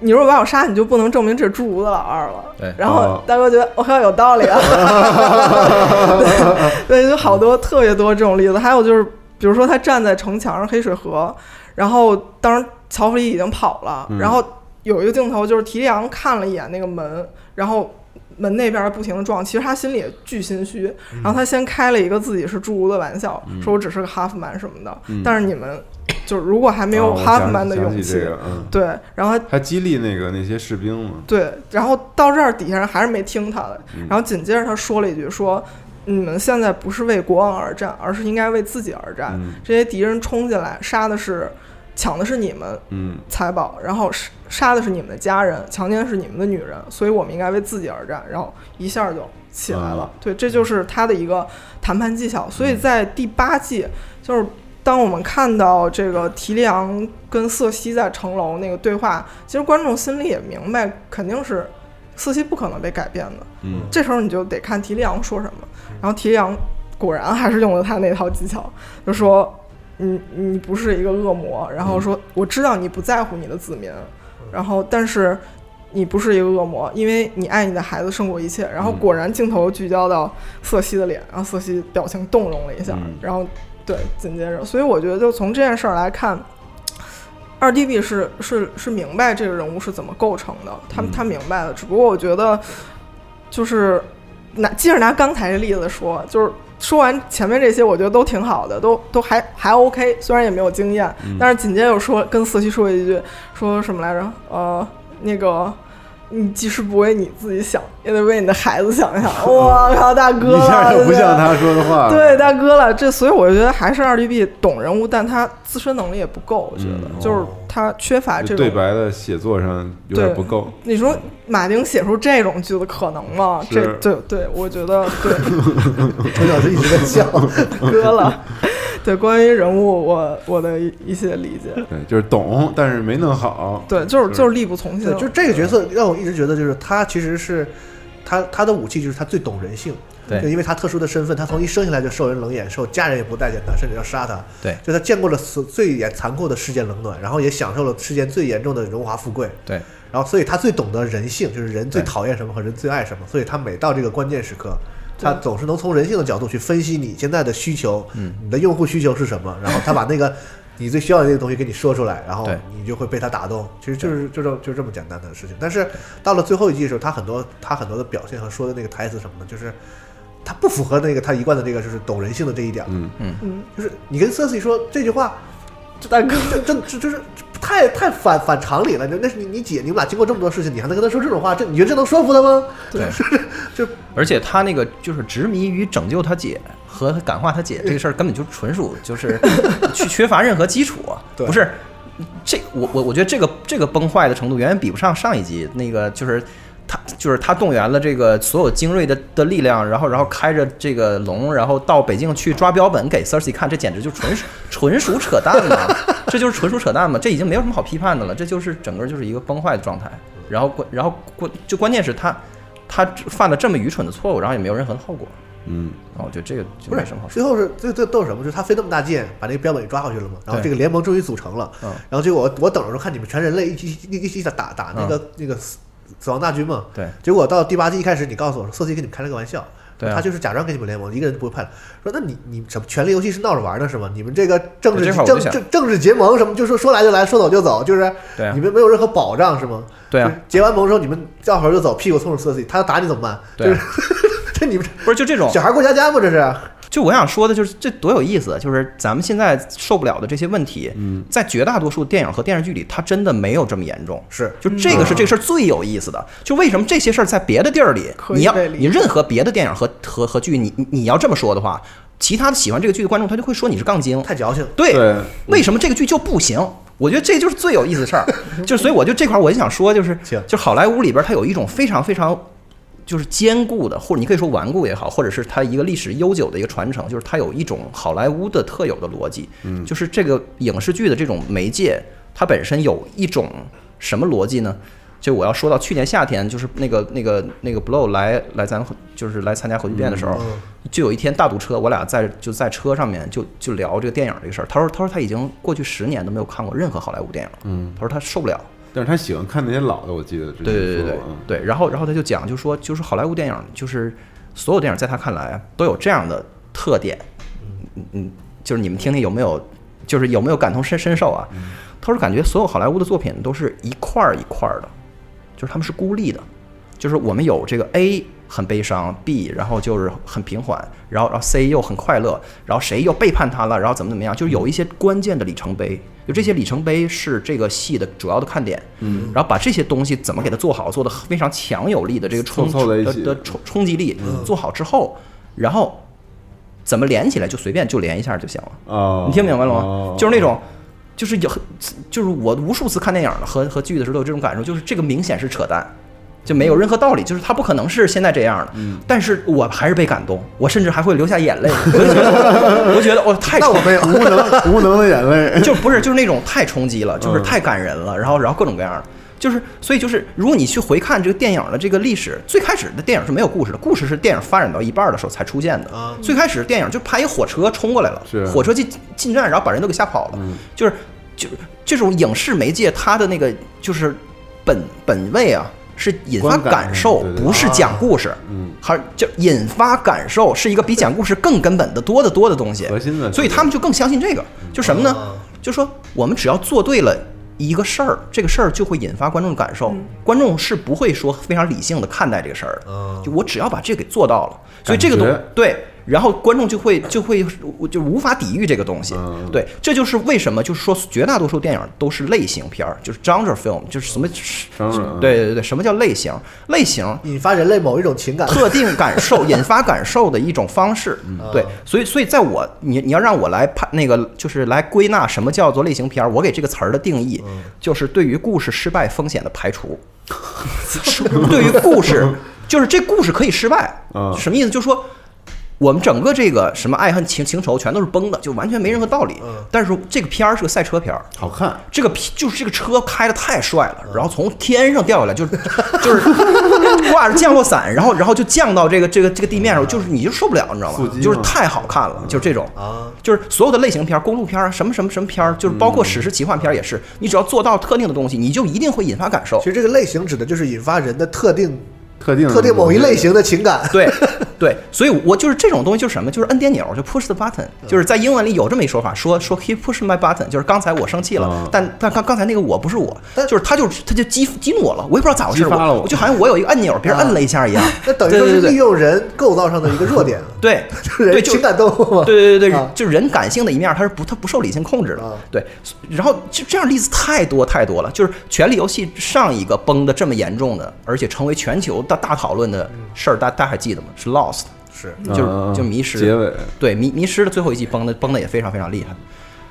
S3: 你如果把我杀，你就不能证明这是侏儒的老二了。
S4: 对
S3: 然
S2: 哦
S3: 后大哥觉得我靠、有道理啊，对，对就好多特别多这种例子。还有就是，比如说他站在城墙上黑水河，然后当时乔弗里已经跑了，
S2: 嗯
S3: 然后有一个镜头就是提利昂看了一眼那个门，然后门那边不停的撞，其实他心里也巨心虚，然后他先开了一个自己是侏儒的玩笑，说我只是个哈夫曼什么的，
S2: 嗯
S3: 但是你们就如果还没有
S2: 啊我
S3: 哈夫
S2: 想
S3: 曼的
S2: 想
S3: 勇
S2: 起
S3: 气，
S2: 这个嗯，
S3: 对，然后他
S2: 他激励那个那些士兵嘛，
S3: 对，然后到这儿底下人还是没听他的，
S2: 嗯
S3: 然后紧接着他说了一句说。你们现在不是为国王而战，而是应该为自己而战。
S2: 嗯
S3: 这些敌人冲进来，杀的是，抢的是你们
S2: 嗯
S3: 财宝，然后杀杀的是你们的家人，强奸的是你们的女人，所以我们应该为自己而战。然后一下就起来了，
S2: 啊
S3: 对，这就是他的一个谈判技巧。所以在第八季，就是当我们看到这个提利昂跟瑟西在城楼那个对话，其实观众心里也明白，肯定是瑟西不可能被改变的。
S2: 嗯
S3: 这时候你就得看提利昂说什么。然后提利昂果然还是用了他那套技巧，就说你你不是一个恶魔，然后
S2: 嗯
S3: 说我知道你不在乎你的子民，然后但是你不是一个恶魔，因为你爱你的孩子胜过一切。然后
S2: 嗯
S3: 果然镜头聚焦到瑟西的脸，然后瑟西表情动容了一下
S2: 嗯，
S3: 然后对紧接着，所以我觉得就从这件事儿来看。二 D B 是是是明白这个人物是怎么构成的，他
S2: 嗯
S3: 他明白了，只不过我觉得就是拿接着拿刚才这例子说，就是说完前面这些，我觉得都挺好的，都都还还 OK，虽然也没有经验，
S2: 嗯
S3: 但是紧接着又说跟瑟西说一句，说什么来着？呃，那个。你即使不为你自己想，也得为你的孩子想一 想。我靠，大哥
S2: 一
S3: 了，
S2: 下就不
S3: 对
S2: 像
S3: 啊
S2: 他说的话了，
S3: 对大哥了，这所以我觉得还是二 D B 懂人物，但他自身能力也不够，我觉得、
S2: 嗯
S3: 就是他缺乏这
S2: 就
S3: 种
S2: 对白的写作上有点
S3: 对
S2: 不够，
S3: 你说马丁写出这种句子可能吗？
S2: 是
S3: 这对对，我觉得对
S1: 陈老师一直在笑，
S3: 割了。 对，关于人物，我我的一一些理解，
S2: 对，就是懂，但是没弄好，
S3: 对，就是
S2: 是
S3: 就是力不从心
S1: 对，
S3: 了，
S1: 就这个角色让我一直觉得，就是他其实是他他的武器就是他最懂人性，
S4: 对
S1: 就因为他特殊的身份，他从一生下来就受人冷眼，受家人也不待见他，甚至要杀他，
S4: 对
S1: 就他见过了所最严残酷的世间冷暖，然后也享受了世间最严重的荣华富贵，
S4: 对
S1: 然后所以他最懂得人性，就是人最
S4: 对
S1: 讨厌什么和人最爱什么，所以他每到这个关键时刻。他总是能从人性的角度去分析你现在的需求，嗯，你的用户需求是什么，然后他把那个 你最需要的那个东西给你说出来，然后
S4: 对
S1: 你就会被他打动。其实就是就这就这么简单的事情。但是到了最后一季的时候，他很多他很多的表现和说的那个台词什么的，就是他不符合那个他一贯的这个就是懂人性的这一点了。
S2: 嗯
S3: 嗯，
S1: 就是你跟瑟西说这句话，
S3: 这大哥，
S1: 这这这就是太太反反常理了。那那是你你姐，你们俩经过这么多事情，你还能跟她说这种话，这你觉得这能说服她吗？
S4: 对，
S1: 就
S4: 而且他那个就是执迷于拯救他姐和感化他姐这个事儿，根本就纯属就是去缺乏任何基础啊，
S1: 对
S4: 不是？这我我我觉得这个这个崩坏的程度远远比不上上一集那个就是。他就是他动员了这个所有精锐的的力量，然后然后开着这个龙，然后到北京去抓标本给 Cersei 看，这简直就纯属纯属扯淡嘛！这就是纯属扯淡嘛！这已经没有什么好批判的了，这就是整个就是一个崩坏的状态。然后关然后关就关键是他他犯了这么愚蠢的错误，然后也没有任何的后果。
S2: 嗯，
S4: 啊，我觉得这个就
S1: 不是
S4: 没什么 好，说。
S1: 最后是最最逗什么？就是他费那么大劲把那个标本给抓回去了嘛，然后
S4: 对
S1: 这个联盟终于组成了，
S4: 嗯
S1: 然后结果我我等着时候看你们全人类一起一起一起打打打那个、那个死死亡大军嘛，
S4: 嗯对
S1: 结果到第八季一开始，你告诉我说瑟西跟你们开了个玩笑，
S4: 对啊
S1: 他就是假装跟你们联盟，一个人都不会判，说那你你什么权力游戏是闹着玩的是吗？你们这个政治
S4: 对这块
S1: 政
S4: 我就
S1: 政
S4: 想
S1: 政政治结盟什么，就说说来就来，说走就走，就是
S4: 对啊
S1: 你们没有任何保障是吗？
S4: 对啊
S1: 就是结完盟之后你们掉头就走，屁股冲着瑟西，他要打你怎么办？
S4: 对
S1: 就
S4: 啊
S1: 是 这你们
S4: 不是就这种
S1: 小孩过家家吗？这是
S4: 就我想说的就是这多有意思，就是咱们现在受不了的这些问题，
S2: 嗯，
S4: 在绝大多数电影和电视剧里，它真的没有这么严重。
S1: 是
S4: 就这个是这个事儿最有意思的，就为什么这些事儿在别的地儿里，
S3: 可以
S4: 你要
S3: 被理
S4: 你
S3: 解
S4: 任何别的电影和和和剧，你你你要这么说的话，其他的喜欢这个剧的观众他就会说你是杠精，
S1: 太矫情了。
S4: 对，
S2: 对
S4: 为什么这个剧就不行？我觉得这就是最有意思的 事儿，就所以我就这块儿我就想说，就是
S1: 行
S4: 就好莱坞里边儿它有一种非常非常就是坚固的，或者你可以说顽固也好，或者是它一个历史悠久的一个传承，就是它有一种好莱坞的特有的逻辑，
S2: 嗯
S4: 就是这个影视剧的这种媒介，它本身有一种什么逻辑呢？就我要说到去年夏天，就是那个那个那个 Blow 来来咱就是来参加核聚变的时候，
S1: 嗯，
S4: 就有一天大堵车，我俩在就在车上面就就聊这个电影这个事儿。他说他说他已经过去十年都没有看过任何好莱坞电影了，
S2: 嗯，
S4: 他说他受不了。
S2: 但是他喜欢看那些老的，我记得之前
S4: 对对对
S2: 说
S4: 对
S2: 过嗯
S4: 对，然后然后他就讲，就说就是好莱坞电影，就是所有电影在他看来都有这样的特点，嗯嗯，就是你们听听有没有，就是有没有感同身身受啊？
S2: 嗯
S4: 他说感觉所有好莱坞的作品都是一块儿一块儿的，就是他们是孤立的，就是我们有这个 A 很悲伤，B 然后就是很平缓，然后然后 C 又很快乐，然后谁又背叛他了，然后怎么怎么样，就是有一些关键的里程碑，就这些里程碑是这个戏的主要的看点，嗯，然后把这些东西怎么给它做好，做的非常强有力的这个冲
S2: 凑凑在一
S4: 的
S2: 起嗯
S4: 的冲冲击力，做好之后，然后怎么连起来就随便就连一下就行了。
S2: 哦，
S4: 你听明白了
S2: 哦
S4: 吗？就是那种，就是有，就是我无数次看电影了和和剧的时候都有这种感受，就是这个明显是扯淡，就没有
S2: 嗯
S4: 任何道理，就是它不可能是现在这样的。但是我还是被感动，我甚至还会流下眼泪，我就觉得，我就觉得我太
S1: 那
S4: 冲
S1: 我没有，
S2: 无能无能的眼 泪，
S4: 就不是就是那种太冲击了，
S2: 嗯
S4: 就是太感人了，然后然后各种各样的，就是所以就是如果你去回看这个电影的这个历史，最开始的电影是没有故事的，故事是电影发展到一半的时候才出现的。
S1: 啊
S4: 最开始电影就拍一火车冲过来了
S2: 嗯是，嗯
S4: 火车进进站，然后把人都给吓跑了，就是就这种影视媒介它的那个就是本本位啊。是引发
S2: 观感
S4: 感受，
S2: 对对对
S4: 不是讲故事，
S2: 嗯，
S4: 还就引发感受是一个比讲故事更根本的多得多的东西。
S2: 核心的，嗯
S4: 所以他们就更相信这个，就什么呢
S1: 啊？
S4: 就说我们只要做对了一个事儿，这个事儿就会引发观众的感受，观众是不会说非常理性的看待这个事儿的
S1: 嗯。
S4: 就我只要把这个给做到了，所以这个
S2: 啊感
S4: 东
S2: 觉
S4: 对，然后观众就会就会就无法抵御这个东西
S2: 嗯。
S4: 对，这就是为什么就是说绝大多数电影都是类型片儿，就是genre film，就是什么
S2: genre，嗯
S4: 对对对，什么叫类型？类型
S1: 引发人类某一种情感。
S4: 特定感受、引发感受的一种方式。嗯对，所以所以在我你你要让我来判那个，就是来归纳什么叫做类型片儿，我给这个词儿的定义就是对于故事失败风险的排除。对于故事，就是这故事可以失败
S2: 嗯，
S4: 什么意思？就是说。我们整个这个什么爱恨情情仇全都是崩的，就完全没任何道理。但是这个片儿是个赛车片儿，
S2: 好看，
S4: 这个皮就是这个车开的太帅了，然后从天上掉下来，就是 就是挂着降落伞，然后然后就降到这个这个这个地面上，就是你就受不了，你知道
S2: 腹
S4: 吗
S2: 肌？嘛
S4: 就是太好看了，就是这种
S1: 啊，
S4: 就是所有的类型片儿、公路片儿、什么什么什么片儿，就是包括史诗奇幻片儿也是，你只要做到特定的东西，你就一定会引发感受
S1: 其。实这个类型指的就是引发人的特定
S2: 特定的
S1: 特定某一类型的情感。
S4: 对对，所以我就是这种东西，就是什么，就是摁电钮，就 push the button，就是在英文里有这么一说法，说说 he push my button，就是刚才我生气了
S2: 嗯，
S4: 但但刚刚才那个我不是我，
S1: 但
S4: 就是他就他就激激怒我了，我也不知道咋回事，
S2: 激发了我
S4: 我就好像我有一个按钮，别人摁了一下 一样，
S1: 那等于
S4: 对
S1: 说
S4: 对
S1: 是
S4: 对
S1: 利用人构造上的一个弱 点，
S4: 对
S1: 就是
S4: 对
S1: 人
S4: 就
S1: 情感动物嘛。
S4: 对对对对
S1: 啊，
S4: 就是人感性的一面，它是不它不受理性控制
S1: 啊
S4: 的。对，然后就这样例子太多太多了。就是《权力游戏》上一个崩的这么严重的，而且成为全球大大讨论的事儿，大大家还记得吗？是 Lost，
S1: 是
S4: 就是就迷失
S2: 嗯啊结尾，
S4: 对迷迷失的最后一季崩的崩的也非常非常厉害。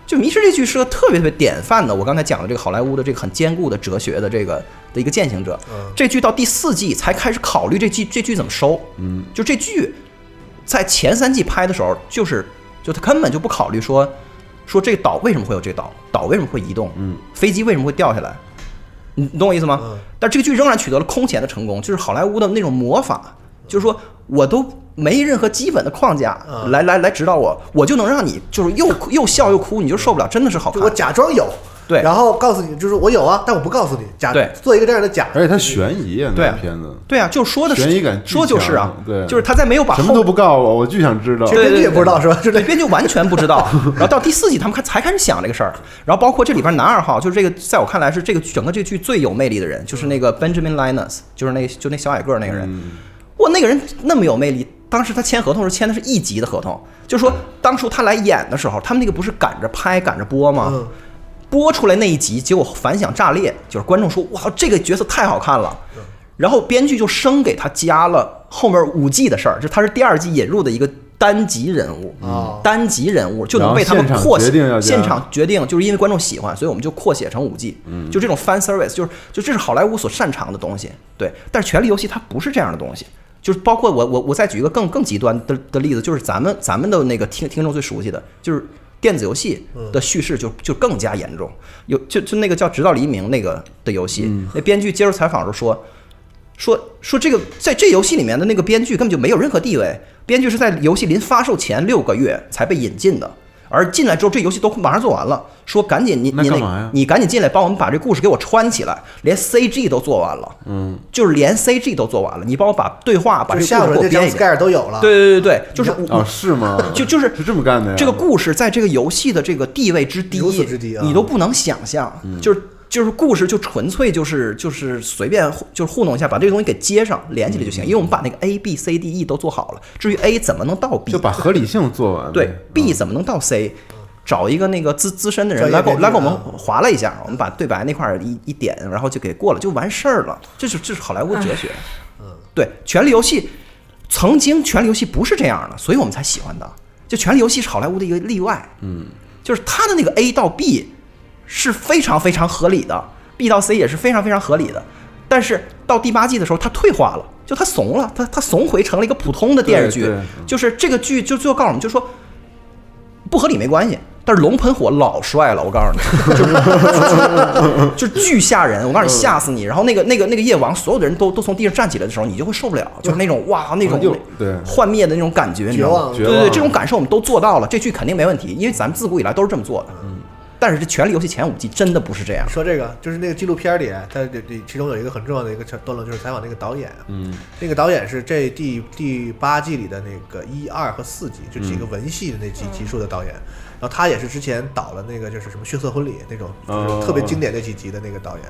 S4: 就迷失这句是个特别特别典范的，我刚才讲的这个好莱坞的这个很坚固的哲学的这个的一个践行者。这剧到第四季才开始考虑这剧这剧怎么收。嗯，就这剧在前三季拍的时候，就是就他根本就不考虑说说这个岛为什么会有这个岛，岛为什么会移动，
S2: 嗯，
S4: 飞机为什么会掉下来，你你懂我意思吗？
S1: 嗯
S4: 但这个剧仍然取得了空前的成功，就是好莱坞的那种魔法，就是说我都没任何基本的框架
S1: 嗯
S4: 来来来指导我，我就能让你就是又哭又笑又哭，你就受不了，真的是好
S1: 就我。
S4: 看
S1: 假装有，
S4: 对
S1: 然后告诉你就是我有啊，但我不告诉你，假
S4: 对
S1: 做一个这样的假，
S2: 而且它悬疑啊，
S4: 对
S2: 那
S4: 啊
S2: 个片子
S4: 对啊，就说的是
S2: 悬疑感巨
S4: 说就是啊
S2: 强，对
S4: 就是他在没有把
S2: 什
S4: 后
S2: 么都不告诉我，我就想知道
S1: 其，实编剧也不知道是吧？就
S4: 对，
S1: 是
S4: 编剧完全不 知道。然后到第四季，他们开才开始想这个事儿。然后包括这里边男二号，就是这个，在我看来是这个整个这个剧最有魅力的
S2: 嗯
S4: 人，就是那个 Benjamin Linus，就是那就那小矮个儿那个人。哇，那个人那么有魅力，当时他签合同是签的是一集的合同，就说当初他来演的时候，他们那个不是赶着拍赶着播吗？
S1: 嗯
S4: 播出来那一集，结果反响炸裂，就是观众说：“哇，这个角色太好看了。”然后编剧就生给他加了后面五 G 的事儿，就他是第二季引入的一个单集人物，
S1: 啊
S4: 单集人物就能被他们
S2: 然后现场
S4: 扩写
S2: 决定要，加
S4: 现场决定就是因为观众喜欢，所以我们就扩写成五 G，就
S2: 嗯
S4: 这种 fan service，就是就这是好莱坞所擅长的东西，对。但是《权力游戏》它不是这样的东西，就是包括我我我再举一个更更极端的的例子，就是咱们咱们的那个听听众最熟悉的就是。电子游戏的叙事就就更加严重，有就就那个叫《直到黎明》那个的游戏，
S2: 嗯
S4: 那编剧接受采访的时候说，说说这个在这游戏里面的那个编剧根本就没有任何地位，编剧是在游戏临发售前六个月才被引进的，而进来之后这游戏都马上做完了，说赶紧你
S2: 那
S4: 你
S2: 干嘛呀
S4: 你赶紧进来帮我们把这故事给我穿起来，连 CG 都做完了，嗯，就是连 CG 都做完了，你帮我把对话把
S1: 就
S4: 这
S1: 下
S4: 故
S1: 边
S4: 事
S1: 这
S4: 给我编
S1: 张
S4: 一遍，
S1: 盖都有了，
S4: 对对对对，就是我
S2: 哦，是吗？
S4: 就就是
S2: 是这么干的呀。
S4: 这个故事在这个游戏的这个地位之低，
S1: 如此之低啊嗯
S4: 你都不能想象，就是。就是故事就纯粹就是就是随便糊就是糊弄一下，把这个东西给接上连起来就
S1: 嗯
S4: 行。因为我们把那个 A B C D E 都做好了，至于 A 怎么能到 B，
S2: 就把合理性做完呗。嗯
S4: 对
S2: 啊
S4: B 怎么能到 C，找一个那个资资深的人
S1: 专业
S4: 来给我
S1: 编
S4: 来
S1: 剧
S4: 给我们
S1: 啊
S4: 划拉一下，我们把对白那块儿一一点，然后就给过了，就完事儿了。这是这是好莱坞的哲学。对《权力游戏》，曾经《权力游戏》不是这样的，所以我们才喜欢的。就《权力游戏》是好莱坞的一个例外，嗯，就是它的那个 A 到 B 是非常非常合理的，B 到 C 也是非常非常合理的。但是到第八季的时候，它退化了，就它怂了，它它怂回成了一个普通的电视剧
S2: 对对。
S4: 就是这个剧就最后告诉我们，就说不合理没关系。但是龙喷火老帅了，我告诉 你，就是 就是巨吓人，我告诉你吓死你。然后那个那个那个夜王，所有的人都都从地上站起来的时候，你就会受不了，就是那种哇那种
S2: 嗯就对
S4: 幻灭的那种感觉，你知道吗？
S1: 绝
S2: 望
S4: 对对
S2: 绝
S4: 对，
S2: 望
S4: 这种感受我们都做到了，这剧肯定没问题，因为咱们自古以来都是这么做的。
S2: 嗯
S4: 但是这《权力游戏》前五季真的不是这样，
S1: 说这个就是那个纪录片里，它这这其中有一个很重要的一个段落，就是采访那个导演。嗯，那个导演是这第第八季里的那个一二和四集，就几
S4: 嗯
S1: 个文戏的那几集数的导演。然后他也是之前导了那个就是什么血色婚礼那种，
S4: 哦
S1: 就是特别经典那几集的那个导演。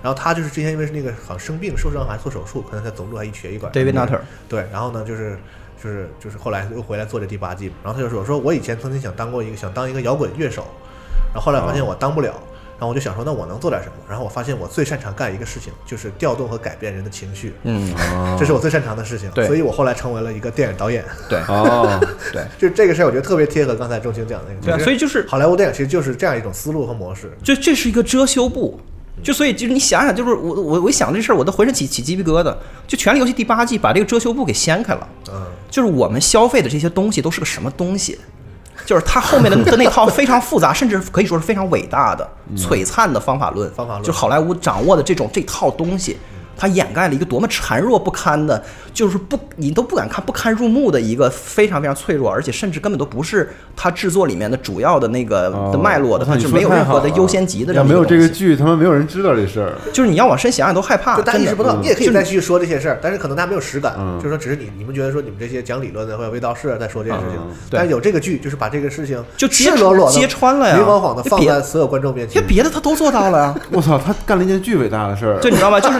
S1: 然后他就是之前因为是那个好像生病受伤还做手术，可能他总路还一瘸一拐。
S4: David Nutter
S1: 对，然后呢，就是就是就是后来又回来做这第八季嘛，然后他就说，我说我以前曾经想当过一个想当一个摇滚乐手，然后后来发现
S4: 哦
S1: 我当不了，然后我就想说，那我能做点什么？然后我发现我最擅长干一个事情，就是调动和改变人的情绪，
S4: 嗯，
S2: 哦
S1: 这是我最擅长的事情，
S4: 对
S1: 所以我后来成为了一个电影导演。
S4: 对
S2: 哦，
S4: 对
S1: 就这个事儿，我觉得特别贴合刚才钟情讲的那个，
S4: 对啊，
S1: 其实
S4: 所以就是
S1: 好莱坞电影其实就是这样一种思路和模式。
S4: 这这是一个遮羞布。就所以就是你想想，就是我我我一想这事儿，我都浑身起起鸡皮疙瘩。就《权力游戏》第八季把这个遮羞布给掀开了，
S1: 嗯，
S4: 就是我们消费的这些东西都是个什么东西？就是它后面的 的那套非常复杂，甚至可以说是非常伟大的、
S2: 嗯
S4: 璀璨的方法论。
S1: 方法论
S4: 就好莱坞掌握的这种这套东西，它掩盖了一个多么孱弱不堪的，就是不你都不敢看、不堪入目的一个非常非常脆弱，而且甚至根本都不是它制作里面的主要的那个
S2: 哦
S4: 的脉络的，
S2: 我操
S4: 它
S2: 你
S4: 是
S2: 说
S4: 没有
S2: 太
S4: 任何
S2: 好
S4: 的
S2: 了
S4: 优先级的这
S2: 要
S4: 么
S2: 没
S4: 一
S2: 有
S4: 个
S2: 这
S4: 东
S2: 个
S4: 西
S2: 剧，他妈没有人知道这事儿。
S4: 就是你要往深想想都害怕，
S1: 就大家
S4: 啊真
S1: 意
S4: 的嗯
S1: 识不到，你也可以再继续说这些事儿，但是可能大家没有实感，
S2: 嗯
S1: 就是说只是你你们觉得说你们这些讲理论的或者味道是在说这件事情
S2: 嗯，
S1: 但是有这个剧就是把这个事情
S4: 就
S1: 赤
S4: 揭
S1: 裸裸的
S4: 揭穿了呀
S1: 明晃晃的放
S4: 别
S1: 在所有观众面
S4: 因
S1: 前
S4: 为。别的他都做到了呀。
S2: 我操，他干了一件巨伟大的事儿。
S4: 对，你知道吗？ 就是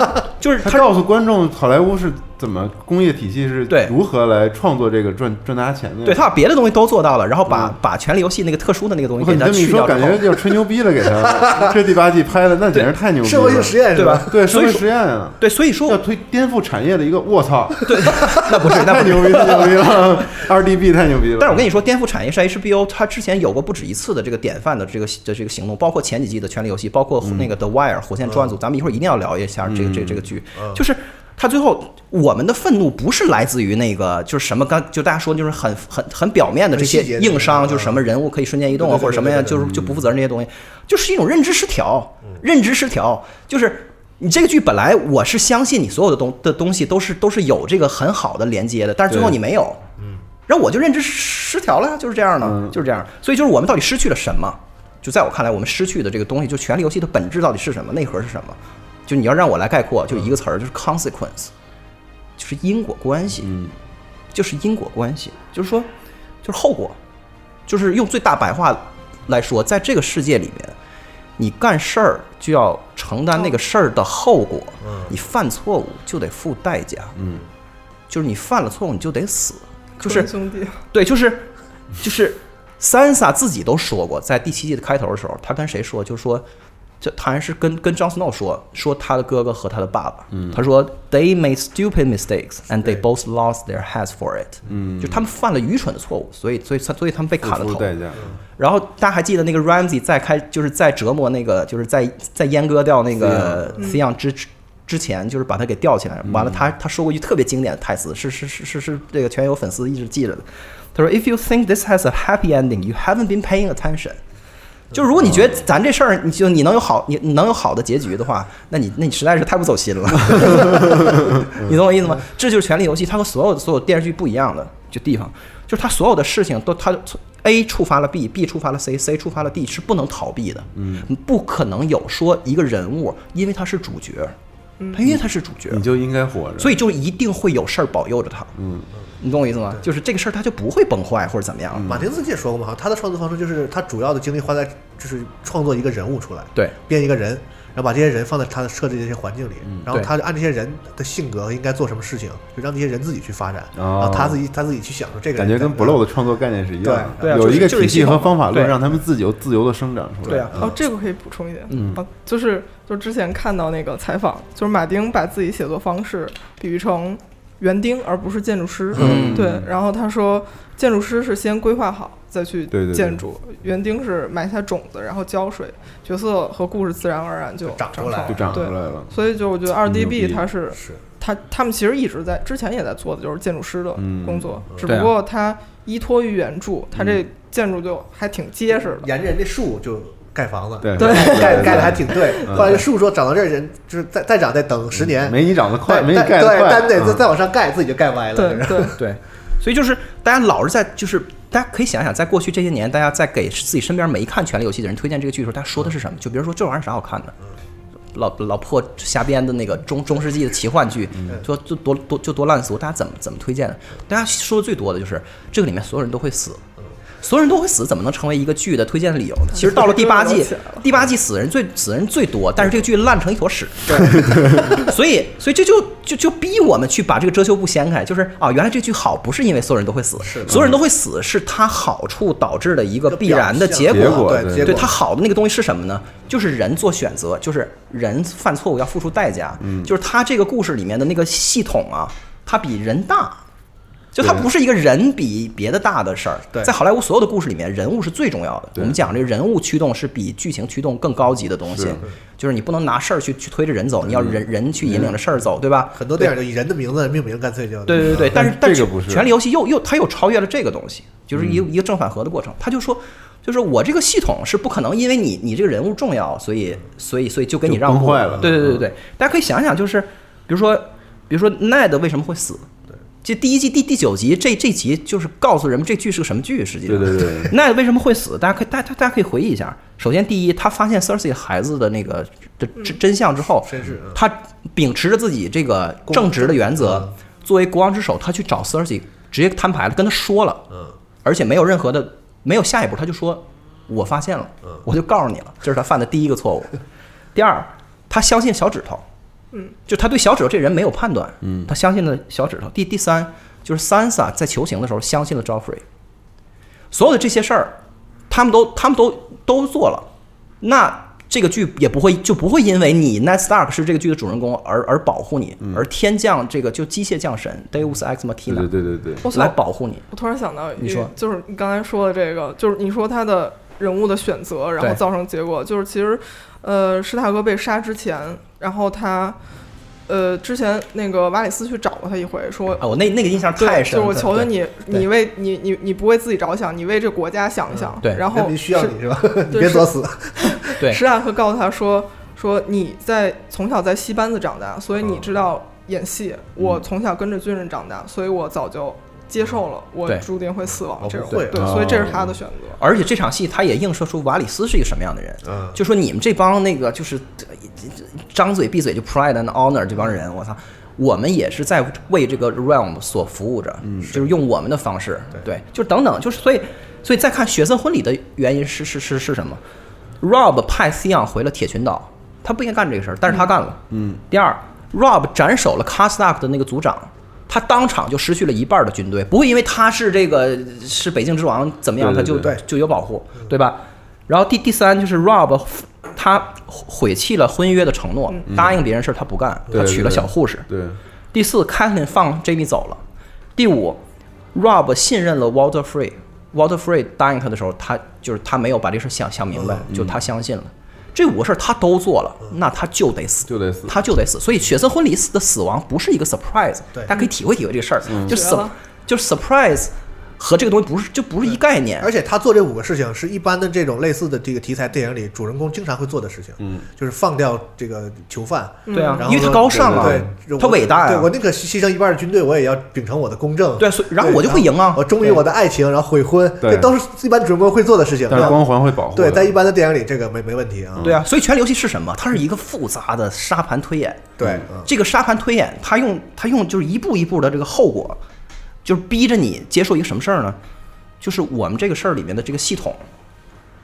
S4: 就是
S2: 他
S4: 他
S2: 告诉观众好莱坞是怎么工业体系是
S4: 对
S2: 如何来创作这个赚赚大家钱的。
S4: 对他把别的东西都做到了，然后把、把《权力游戏》那个特殊的那个东
S2: 嗯我
S4: 西
S2: 靠，你
S4: 给它
S2: 这么一
S4: 去
S2: 说，
S4: 掉之
S2: 感
S4: 后，
S2: 觉就是吹牛逼了给 他。这第八季拍的那简直太牛逼
S1: 社会性
S2: 了，
S1: 实验是
S4: 对吧
S1: 吧？
S2: 对社
S4: 所以
S2: 会
S4: 说
S2: 实验啊，
S4: 对，所以说
S2: 要推颠覆产业的一个，我操，
S4: 对，那不是那
S2: 太
S4: 不是。
S2: 牛逼太牛逼了，二 DB 太牛逼了。
S4: 但是我跟你说，颠覆产业是 HBO，它之前有过不止一次的这个典范的这个的这个行动，包括前几季的《权力游戏》，包
S1: 嗯
S4: 括那个《The Wire》火线作案组，咱们一会儿一定要聊一下这个这个这个剧，
S1: 嗯
S4: 就是。它最后，我们的愤怒不是来自于那个，就是什么刚就大家说就是很很很表面的这些
S1: 很细节的
S4: 硬伤，
S1: 嗯
S4: 就是什么人物可以瞬间移动
S1: 对
S4: 啊，
S1: 对对
S4: 或者什么呀，
S1: 对对对嗯
S4: 就是就不负责任这些东西，就是一种认知失调，认知失调就是。你这个剧本来我是相信你所有的东的东西都是都是有这个很好的连接的，但是最后
S2: 对
S4: 你没有，然后我就认知失调了呀，就是这样的
S2: 嗯，
S4: 就是这样。所以就是我们到底失去了什么？就在我看来，我们失去的这个东西，就权力游戏的本质到底是什么，内核是什么？就你要让我来概括，就一个词儿，就是 consequence，就是因果关系，
S2: 嗯
S4: 就是因果关系，就是说，就是后果，就是用最大白话来说，在这个世界里面，你干事儿就要承担那个事儿的后果，你犯错误就得付代价。
S2: 嗯，
S4: 就是你犯了错误你就得死，就是
S3: 兄弟，
S4: 对，就是就是三萨自己都说过，在第七季的开头的时候，他跟谁说？就说这他还是跟跟 Jon Snow 说，说他的哥哥和他的爸爸，
S2: 嗯
S4: 他说 They made stupid mistakes and they
S1: 对
S4: both lost their heads for it，
S2: 嗯，
S4: 就他们犯了愚蠢的错误，所以所以所以他们被砍了
S2: 付出
S4: 头。
S2: 代价，
S4: 然后大家还记得那个 Ramsey 在开，就是在折磨那个，就是在在阉割掉那个
S3: Theon
S4: t h e o n 之之前，就是把他给吊起来。
S2: 嗯
S4: 完了他，他说过一句特别经典的台词，是是是是是这个全友粉丝一直记着的。他说：“If you think this has a happy ending, you haven't been paying attention。”就如果你觉得咱这事儿，你就你能有好，你你能有好的结局的话，那你那你实在是太不走心 了，你懂我意思吗？这就是《权力游戏》，它和所有所有电视剧不一样的就地方，就是它所有的事情都它 A 触发了 B，B 触发了 C，C 触发了 D 是不能逃避的，
S2: 嗯，
S4: 不可能有说一个人物因为他是主角，他因为他是主角
S2: 你，就应该活着，
S4: 啊所以就一定会有事儿保佑着他，
S2: 嗯，
S4: 你懂我意思吗？就是这个事儿他就不会崩坏或者怎么样，
S2: 嗯
S1: 马丁自己也说过嘛，好像他的创作方式就是他主要的精力花在就是创作一个人物出来，
S4: 对，
S1: 编一个人，然后把这些人放在他的设计的这些环境里，
S2: 嗯
S1: 然后
S4: 对
S1: 他就按这些人的性格应该做什么事情，就让这些人自己去发展，
S2: 哦
S1: 然后他自己他自己去享受这个
S2: 感
S1: 人
S2: 觉
S1: 在
S2: 跟 Blow 的创作概念是一样的，
S4: 对对啊
S2: 有一个
S4: 就是就是
S2: 体系和方法
S4: 对
S2: 论，让他们自由自由的生长出来。
S4: 对啊
S3: 哦，这个可以补充一点，
S4: 嗯
S3: 啊，就是就之前看到那个采访，就是马丁把自己写作方式比喻成园丁，而不是建筑师，
S4: 嗯
S3: 对。然后他说，建筑师是先规划好再去
S2: 对对对
S3: 建筑，园丁是埋下种子，然后浇水，角色和故事自然而然就
S1: 就长出
S3: 出
S1: 来
S3: 来
S2: 就长出
S3: 对
S2: 来了。
S3: 所以就我觉得二 D
S2: 牛逼
S3: B 它是
S1: 是
S3: 他他们其实一直在之前也在做的就是建筑师的
S2: 嗯
S3: 工作，只
S4: 对
S3: 不
S4: 啊
S3: 过他依托于原著，他这
S2: 嗯
S3: 建筑就还挺结实的。
S1: 沿着人家树就盖房子，
S2: 对
S1: 盖
S2: 对
S1: 盖
S2: 对
S1: 盖的还挺对。
S2: 嗯
S1: 后来这树说长到这儿人就是再再长得等十年，
S2: 没你长得快，
S1: 但
S2: 没你
S1: 但
S2: 盖得
S1: 对，
S2: 快。
S1: 但得再
S2: 嗯
S1: 再往上盖，自己就盖歪了。
S3: 对对，
S4: 对，所以就是大家老是在就是。大家可以想想，在过去这些年，大家在给自己身边没看《权力游戏》的人推荐这个剧的时候，他说的是什么？就比如说这玩意儿啥好看的，老老破瞎编的那个中中世纪的奇幻剧，就就多多就多烂俗，大家怎么怎么推荐？大家说的最多的就是这个里面所有人都会死，所有人都会死，怎么能成为一个剧的推荐理由呢？其实到了第八季，第八季死人最死人最多，但是这个剧烂成一坨屎， 所以所以这就就就逼我们去把这个遮羞布掀开，就是啊，原来这剧好不是因为所有人都会死，
S1: 是的
S4: 所有人都会死是它好处导致的一个必然的结
S2: 结果
S1: 对
S2: 对
S1: 结
S4: 对
S1: 果
S4: 它好的那个东西是什么呢？就是人做选择，就是人犯错误要付出代价。
S1: 嗯
S4: 就是它这个故事里面的那个系统啊，它比人大，就它
S2: 对
S4: 不是一个人比别的大的事儿。
S1: 对
S4: 在好莱坞所有的故事里面，人物是最重要的。
S2: 对
S4: 我们讲这个人物驱动是比剧情驱动更高级的东西
S2: 是，
S4: 就是你不能拿事儿去去推着人走，你要人人去引领着事儿走，对吧？
S1: 嗯很多电影就以人的名字命名，干脆就嗯
S4: 对对对，但是
S2: 但
S4: 但
S2: 嗯这个不是
S4: 权力游戏又又它又超越了这个东西，就是一个一个正反合的过程。他就说，就是我这个系统是不可能，因为你你这个人物重要，所以所以所以就给你
S2: 就
S4: 让
S2: 崩
S4: 步
S2: 坏了嗯
S4: 对对对对对，大家可以想想，就是比如说比如说奈德为什么会死？这第一季第第九集这这集就是告诉人们这剧是个什么剧，实际上。
S2: 对 对对，
S4: 奈为什么会死？大家可以大家大家可以回忆一下。首先，第一，他发现 Cersei 孩子的那个的真真相之后，
S1: 绅士嗯
S4: 他秉持着自己这个
S1: 公
S4: 正直的原则
S1: 嗯，
S4: 作为国王之首，他去找 Cersei，直接摊牌了，跟他说了，
S1: 嗯，
S4: 而且没有任何的没有下一步，他就说我发现了，
S1: 嗯
S4: 我就告诉你了，这是他犯的第一个 错误。第二，他相信小指头，
S3: 嗯，
S4: 就他对小指头这人没有判断，
S2: 嗯
S4: 他相信了小指头。第第三就是三 a 在求情的时候相信了 Joffrey，所有的这些事儿，他们都他们都都做了，那。这个剧也不会就不会因为你 Ned Stark 是这个剧的主人公而而保护你，而天降这个就机械降神 Deus Ex
S2: 对嗯对
S4: Machina
S2: 对对对，
S3: 我操
S4: 来保护你。
S3: 我突然想到一，
S4: 你说
S3: 就是你刚才说的这个，就是你说他的人物的选择，然后
S4: 对
S3: 造成结果，就是其实，呃，史塔克被杀之前，然后他，呃，之前那个瓦里斯去找过他一回，说
S4: 啊，我那那个印象
S3: 对
S4: 太深
S3: 就
S4: 了。
S3: 是我求求
S4: 对
S3: 你，
S4: 对嗯
S3: 你为你你你不为自己着想，你为这国家想一想。
S4: 对
S3: 然
S1: 人
S3: 后
S1: 民需要
S3: 史
S1: 你是吧？ 你别作死，
S4: 对
S3: 史塔克告诉他说说你在从小在戏班子长大，所以你知道演戏。我从小跟着军人长大，所以我早就接受了我
S4: 对哦
S3: 注定哦会死亡
S1: 我
S3: 这种。
S1: 不会
S3: 对，
S2: 啊
S3: 所以这是他的选择。
S4: 而且这场戏他也映射出瓦里斯是一个什么样的人，
S1: 嗯，
S4: 就说你们这帮那个就是呃张嘴闭嘴就 pride and honor 这帮人，我操，我们也是在为这个 realm 所服务着，嗯就是用我们的方式，对，就等等，就是所以所以再看血色婚礼的原因是是是是什么？Rob 派 Theon 回了铁群岛，他不应该干这个事儿，但是他干了。
S2: 嗯，
S4: 第二，Rob 斩首了 Castark 的那个族长，他当场就失去了一半的军队，不会因为他是这个是北境之王怎么样，
S2: 对对
S4: 他就
S2: 对
S4: 就有保护，对吧？然后第第三就是 Rob，他毁弃了婚约的承诺，答应别人事儿他不干，
S2: 对
S4: 他娶了小护士。
S2: 嗯对，
S4: 第四，Kathleen 放 Jamie 走了。第五，Rob 信任了 Walter Free。Walter Free 答应他的时候，他就是他没有把这事儿想想明
S2: 嗯
S4: 白，就他相信了。这五个事儿他都做了，那他就得死，
S2: 就得死
S4: 他就得死。所以雪森婚礼死的死亡不是一个 surprise，
S1: 对
S4: 大家可以体会体会这个事儿，就
S3: 绝
S4: sur-
S3: 了
S4: 就是 surprise 和这个东西不是就不是一概念
S1: 而。且他做这五个事情是一般的这种类似的这个题材电影里主人公经常会做的事情，嗯，就是放掉这个囚犯，
S4: 对啊
S3: 嗯
S1: 然，后
S4: 因为他高尚啊
S1: 对，我，
S4: 他伟大
S1: 对
S4: 呀
S1: 我，宁可牺牺牲一半的军队，我也要秉承我的公正，
S4: 对所以然后我就会赢啊
S1: 我忠于我的爱情，然后悔婚，
S2: 对
S1: 这都是一般主人公会做的事情，
S2: 但是
S1: 然后
S2: 光环会保护的。嗯
S1: 对，在一般的电影里这个没没问题啊，
S4: 对啊。所以《权力游戏》是什么？它是一个复杂的沙盘推演。
S1: 对，嗯
S4: 这个沙盘推演，他用他用就是一步一步的这个后果，就是逼着你接受一个什么事儿呢？就是我们这个事儿里面的这个系统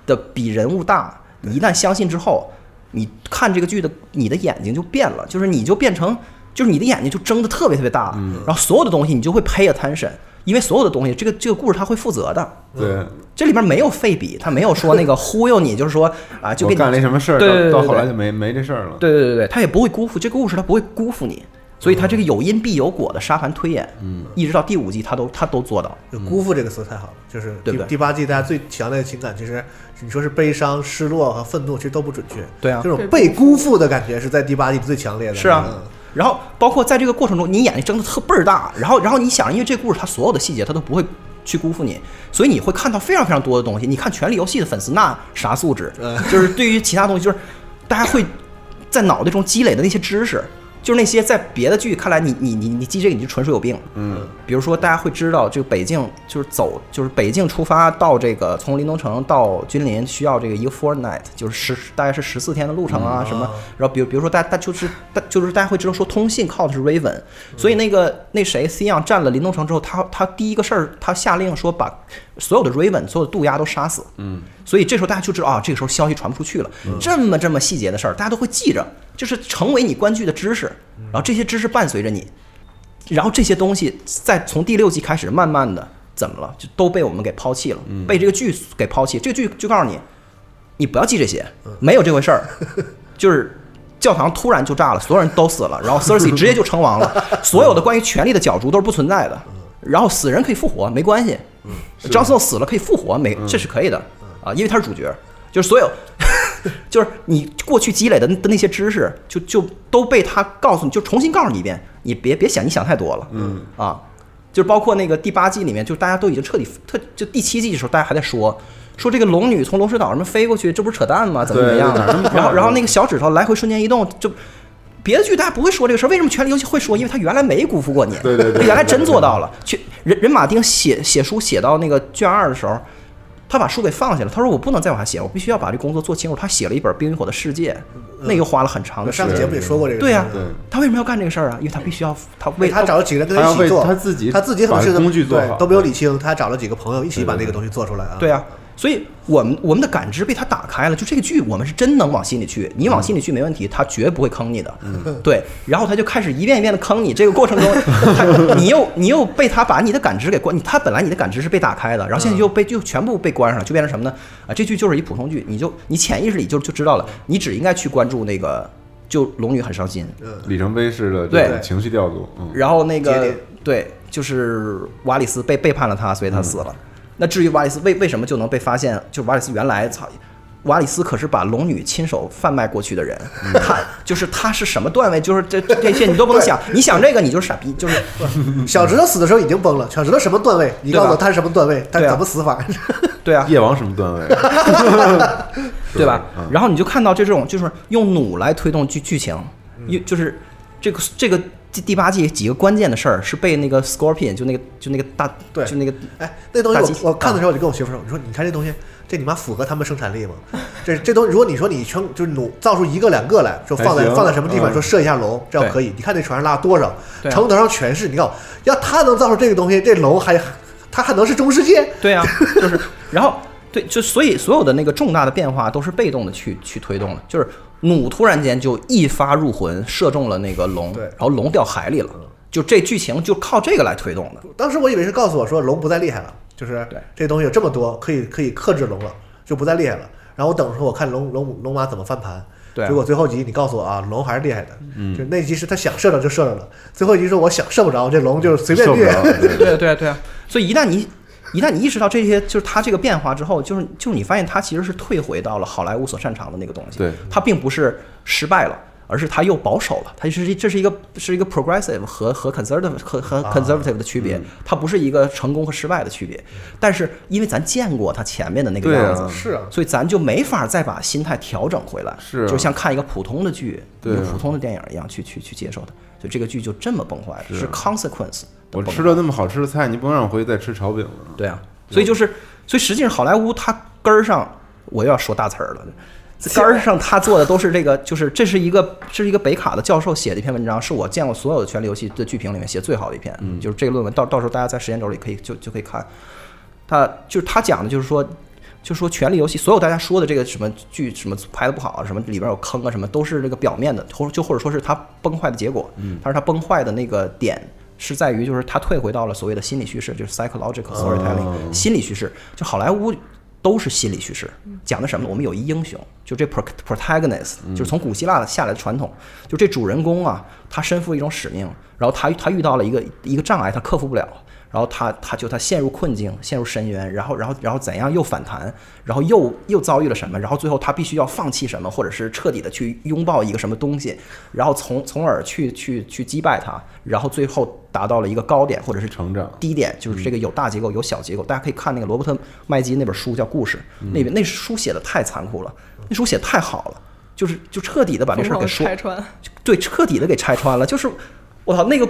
S4: 的比人物大，你一旦相信之后，你看这个剧的你的眼睛就变了，就是你就变成就是你的眼睛就睁得特别特别大，
S2: 嗯
S4: 然后所有的东西你就会 pay attention，因为所有的东西这个这个故事它会负责的。
S2: 对，
S4: 这里边没有费笔，他没有说那个忽悠你，就是说啊，就
S2: 我
S4: 给你
S2: 干了一什么事
S4: 对对对
S2: 儿，到
S4: 对
S2: 到后
S4: 对
S2: 来就没没这事儿了。
S4: 对对对对，他也不会辜负这个故事，他不会辜负你，所以他这个有因必有果的沙盘推演，嗯，一直到第五季，他都他都做到，
S1: 就辜负这个词太好了，就是第
S4: 对不对
S1: 第八季大家最强烈的情感，其实你说是悲伤、失落和愤怒，其实都不准确。
S4: 对啊
S1: 这种被辜负的感觉是在第八季最强烈的。
S4: 是啊
S1: 嗯。
S4: 然后包括在这个过程中，你眼睛睁得特倍儿大，然后然后你想，因为这故事它所有的细节它都不会去辜负你，所以你会看到非常非常多的东西。你看《权力游戏》的粉丝那啥素质，就是对于其他东西，就是大家会在脑袋中积累的那些知识，就是那些在别的剧看来你，你你你记这个你就纯属有病。嗯，比如说大家会知道，这个北境就是走，就是北境出发到这个从临冬城到君临需要这个一个 fortnight，就是十大概是十四天的路程啊、什么。然后比如比如说大家大就是大就是大家会知道说通信靠的是 Raven，、所以那个那谁 C 样占了临冬城之后，他他第一个事儿他下令说把所有的 Raven 所有的渡鸦都杀死。嗯，所以这时候大家就知道啊，这个时候消息传不出去了。这么这么细节的事儿，大家都会记着，就是成为你观剧的知识。然后这些知识伴随着你，然后这些东西在从第六季开始，慢慢的怎么了，就都被我们给抛弃了，被这个剧给抛弃。这个剧就告诉你，你不要记这些，没有这回事儿，就是。教堂突然就炸了，所有人都死了，然后 Cersei 直接就称王了，所有的关于权力的角逐都是不存在的，然后死人可以复活，没关系，张颂死了可以复活，
S2: 嗯
S4: 没这是可以的啊，因为他是主角，就是所有 就是你过去积累的那的那些知识，就就都被他告诉你，就重新告诉你一遍，你别别想，你想太多了，嗯啊，就是包括那个第八季里面，就大家都已经彻底特，就第七季的时候，大家还在说说这个龙女从龙石岛上面飞过去，这不是扯淡吗？怎么怎么
S2: 对
S4: 样
S2: 哪儿那么
S4: 的？
S2: 快
S4: 然后然后
S2: 乐
S4: 那个小指头来回瞬间移动，就别的剧大家不会说这个事儿，为什么《权力游戏》会说？因为他原来没辜负过你，
S2: 对对对
S4: 原来真做到了。去人人马丁写写书写到那个卷二的时候，他把书给放下了，他说我不能再往下写，我必须要把这工作做清楚。他写了一本《冰与火的世界》，那个花了很
S1: 我
S4: 长的
S1: 们
S4: 时
S1: 上次
S2: 嗯
S4: 间。
S1: 节目也说过这个事
S4: 对啊
S1: 情。
S4: 呀、
S2: 对
S4: 他为什么要干这个事儿啊？因为他必须要他
S1: 为
S4: 为
S1: 他找了几个人跟
S2: 哎他要
S1: 一起做，
S2: 为他自己
S1: 他自己很
S2: 把
S1: 多事情都
S2: 工具做
S1: 对
S2: 好
S1: 都没有理清，他找了几个朋友一起把那
S2: 对
S1: 个东西做出来啊。
S4: 对，啊，所以我们我们的感知被他打开了，就这个剧我们是真能往心里去，你往心里去没问
S1: 嗯
S4: 题，他绝不会坑你的，对。然后他就开始一遍一遍的坑你，这个过程中， 他你又你又被他把你的感知给关，你他本来你的感知是被打开的，然后现在就
S1: 嗯
S4: 被就全部被关上了，就变成什么呢？啊，这剧就是一普通剧，你就你潜意识里就就知道了，你只应该去关注那个，就龙女很伤心，
S2: 里程碑式的
S4: 对
S2: 这种情绪调度，嗯，
S4: 然后那
S1: 节
S4: 个
S1: 点
S4: 对，就是瓦里斯被背叛了他，所以他死
S1: 嗯
S4: 了。那至于瓦里斯为为什么就能被发现，就瓦里斯原来操。瓦里斯可是把龙女亲手贩卖过去的人，
S1: 嗯
S4: 他就是他是什么段位，就是这这这些你都不能想，你想这个你就是傻逼，就是
S2: 嗯
S1: 小石头死的时候已经崩了，小石头什么段位？你告诉
S4: 对
S1: 我
S4: 吧
S1: 他是什么段位？他
S4: 对啊
S1: 怎么死法？
S4: 对啊，
S2: 夜王什么段 位，
S4: 对吧？
S2: 嗯
S4: 然后你就看到这种就是用弩来推动剧剧情，
S1: 嗯
S4: 一就是这个这个第第八季几个关键的事儿是被那个 Scorpion 就那个就那个大
S1: 对
S4: 就那个
S1: 哎，那东
S4: 大啊
S1: 西
S4: 机
S1: 我我看的时候，我就跟我媳妇说，我说你看这东西，这你妈符合他们生产力吗？这这东西，如果你说你全就是努造出一个两个来，说放在
S2: 还行
S1: 放在什么地方，
S2: 嗯
S1: 说射一下龙，这样可以。你看那船上拉多少，
S4: 对啊
S1: 城头上全是。你看，要他能造出这个东西，这龙还他还能是中世纪？
S4: 对啊，就是，然后对，就所以所有的那个重大的变化都是被动的去去推动的，就是弩突然间就一发入魂，射中了那个龙，
S1: 对
S4: 然后龙掉海里了，就这剧情就靠这个来推动的。
S1: 当时我以为是告诉我说龙不再厉害了，就是
S4: 对
S1: 这东西有这么多，可以可以克制龙了，就不再厉害了。然后我等着说我看龙龙龙马怎么翻盘。
S4: 对啊
S1: 结果最后集你告诉我啊，龙还是厉害的，嗯、就那集是他想射着就射着了，最后一集说我想射不着，这龙就 随便
S2: 受不
S1: 虐，
S2: 了，对
S3: 对对对，
S4: 啊所以一旦你一旦你意识到这些，就是它这个变化之后，就是就是你发现它其实是退回到了好莱坞所擅长的那个东西。
S2: 对，
S4: 它并不是失败了，而是它又保守了。它是这是一个是一个 progressive 和和 conservative 和和
S1: 啊
S4: conservative 的区别，它不是一个成功和失败的区别。但是因为咱见过它前面的那个
S2: 对啊
S4: 样子，
S1: 是啊，
S4: 所以咱就没法再把心态调整回来，
S2: 是啊
S4: 就像看一个普通的剧、
S2: 对啊
S4: 一个普通的电影一样去去去接受它。所以这个剧就这么崩坏了，是 consequence 的
S2: 啊我
S4: 崩
S2: 吃
S4: 坏
S2: 了那么好吃的菜，你不能让我回去再吃炒饼了。
S4: 对啊，所以就是，所以实际上好莱坞它根儿上，我又要说大词儿了。根儿上，他做的都是这个，就是这是一个，这是一个北卡的教授写的一篇文章，是我见过所有的《权力游戏》的剧评里面写最好的一篇，就是这个论文，到到时候大家在时间轴里可以就就可以看。他就是他讲的，就是说，就是说《权力游戏》所有大家说的这个什么剧什么拍的不好啊，什么里边有坑啊，什么都是这个表面的，或就或者说是它崩坏的结果。嗯，但是它崩坏的那个点是在于，就是它退回到了所谓的心理叙事，就是 psychological storytelling、心理叙事。就好莱坞都是心理叙事，讲的什么呢？我们有一英雄，就这 pro- protagonist，就是从古希腊下来的传统，就这主人公啊，他身负一种使命，然后他他遇到了一个一个障碍，他克服不了。然后他他就他陷入困境，陷入深渊，然后然后然后怎样又反弹，然后又又遭遇了什么，然后最后他必须要放弃什么，或者是彻底的去拥抱一个什么东西，然后从从而去去去击败它，然后最后达到了一个高点或者是
S2: 成长
S4: 低点，就是这个有大结构有小结构，大家可以看那个罗伯特麦基那本书叫《故事》，那边那书写的太残酷了，那书写得太好了，就是就彻底的把这
S3: 疯
S4: 事儿
S3: 狂
S4: 给
S3: 地
S4: 说
S3: 拆穿，
S4: 对，彻底的给拆穿了。就是我操，那个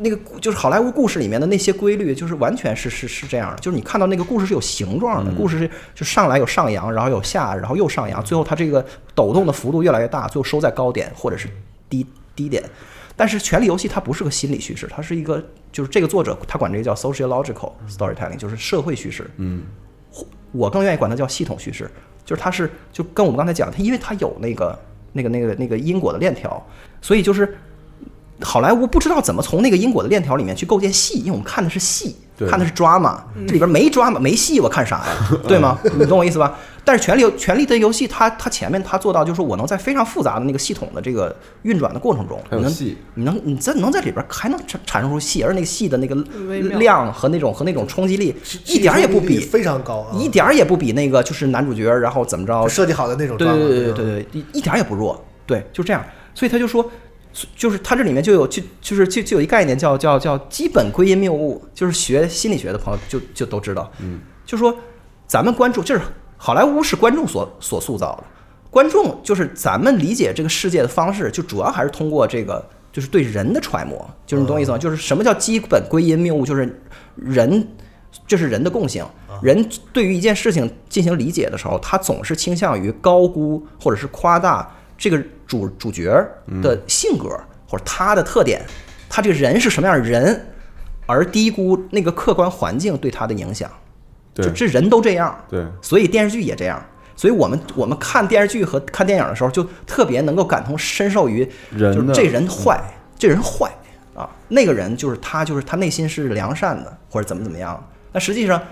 S4: 那个就是好莱坞故事里面的那些规律，就是完全是是是这样的。就是你看到那个故事是有形状的，故事是就上来有上扬，然后有下，然后又上扬，最后它这个抖动的幅度越来越大，最后收在高点或者是低低点。但是《权力游戏》它不是个心理叙事，它是一个就是这个作者他管这个叫 sociological storytelling，就是社会叙事。嗯，我更愿意管它叫系统叙事，就是它是就跟我们刚才讲，它因为它有那个那个那个那个因果的链条，所以就是好莱坞不知道怎么从那个因果的链条里面去构建戏，因为我们看的是戏，
S2: 对
S4: 看的是 drama，这里边没 drama 没戏，我看啥呀？对吗？你懂我意思吧？但是《权力游权力的游戏》它它前面它做到就是我能在非常复杂的那个系统的这个运转的过程中，
S2: 还有
S4: 你能
S2: 戏
S4: 你能你在能在里边还能产产生出戏，而那个戏的那个
S3: 微妙
S4: 量和那种和那种冲击力
S1: 其其
S4: 一点儿也不
S1: 中立
S4: 比
S1: 率非常高啊，
S4: 一点儿也不比那个就是男主角，然后怎么着
S1: 就，设计好的那种
S4: 对
S1: 状态，
S4: 对对对
S1: 吧
S4: 对对，一一点儿也不弱，对，就这样。所以他就说，就是他这里面就有就就是就就有一概念叫叫叫基本归因谬误，就是学心理学的朋友就就都知道，嗯，就说咱们观众就是好莱坞是观众所所塑造的，观众就是咱们理解这个世界的方式，就主要还是通过这个。就是对人的揣摩，就是你懂我意思吗？就是什么叫基本归因谬误？就是人这是人的共性。人对于一件事情进行理解的时候，他总是倾向于高估或者是夸大这个主主角的性格或者他的特点，他这个人是什么样的人，而低估那个客观环境对他的影响。就
S2: 对
S4: 这人都这样，
S2: 对，
S4: 所以电视剧也这样。所以我们我们看电视剧和看电影的时候，就特别能够感同身受于，
S2: 人
S4: 就是
S2: 的嗯
S4: 这人坏，这人坏啊，那个人就是他，就是他内心是良善的，或者怎么怎么样。但实际上，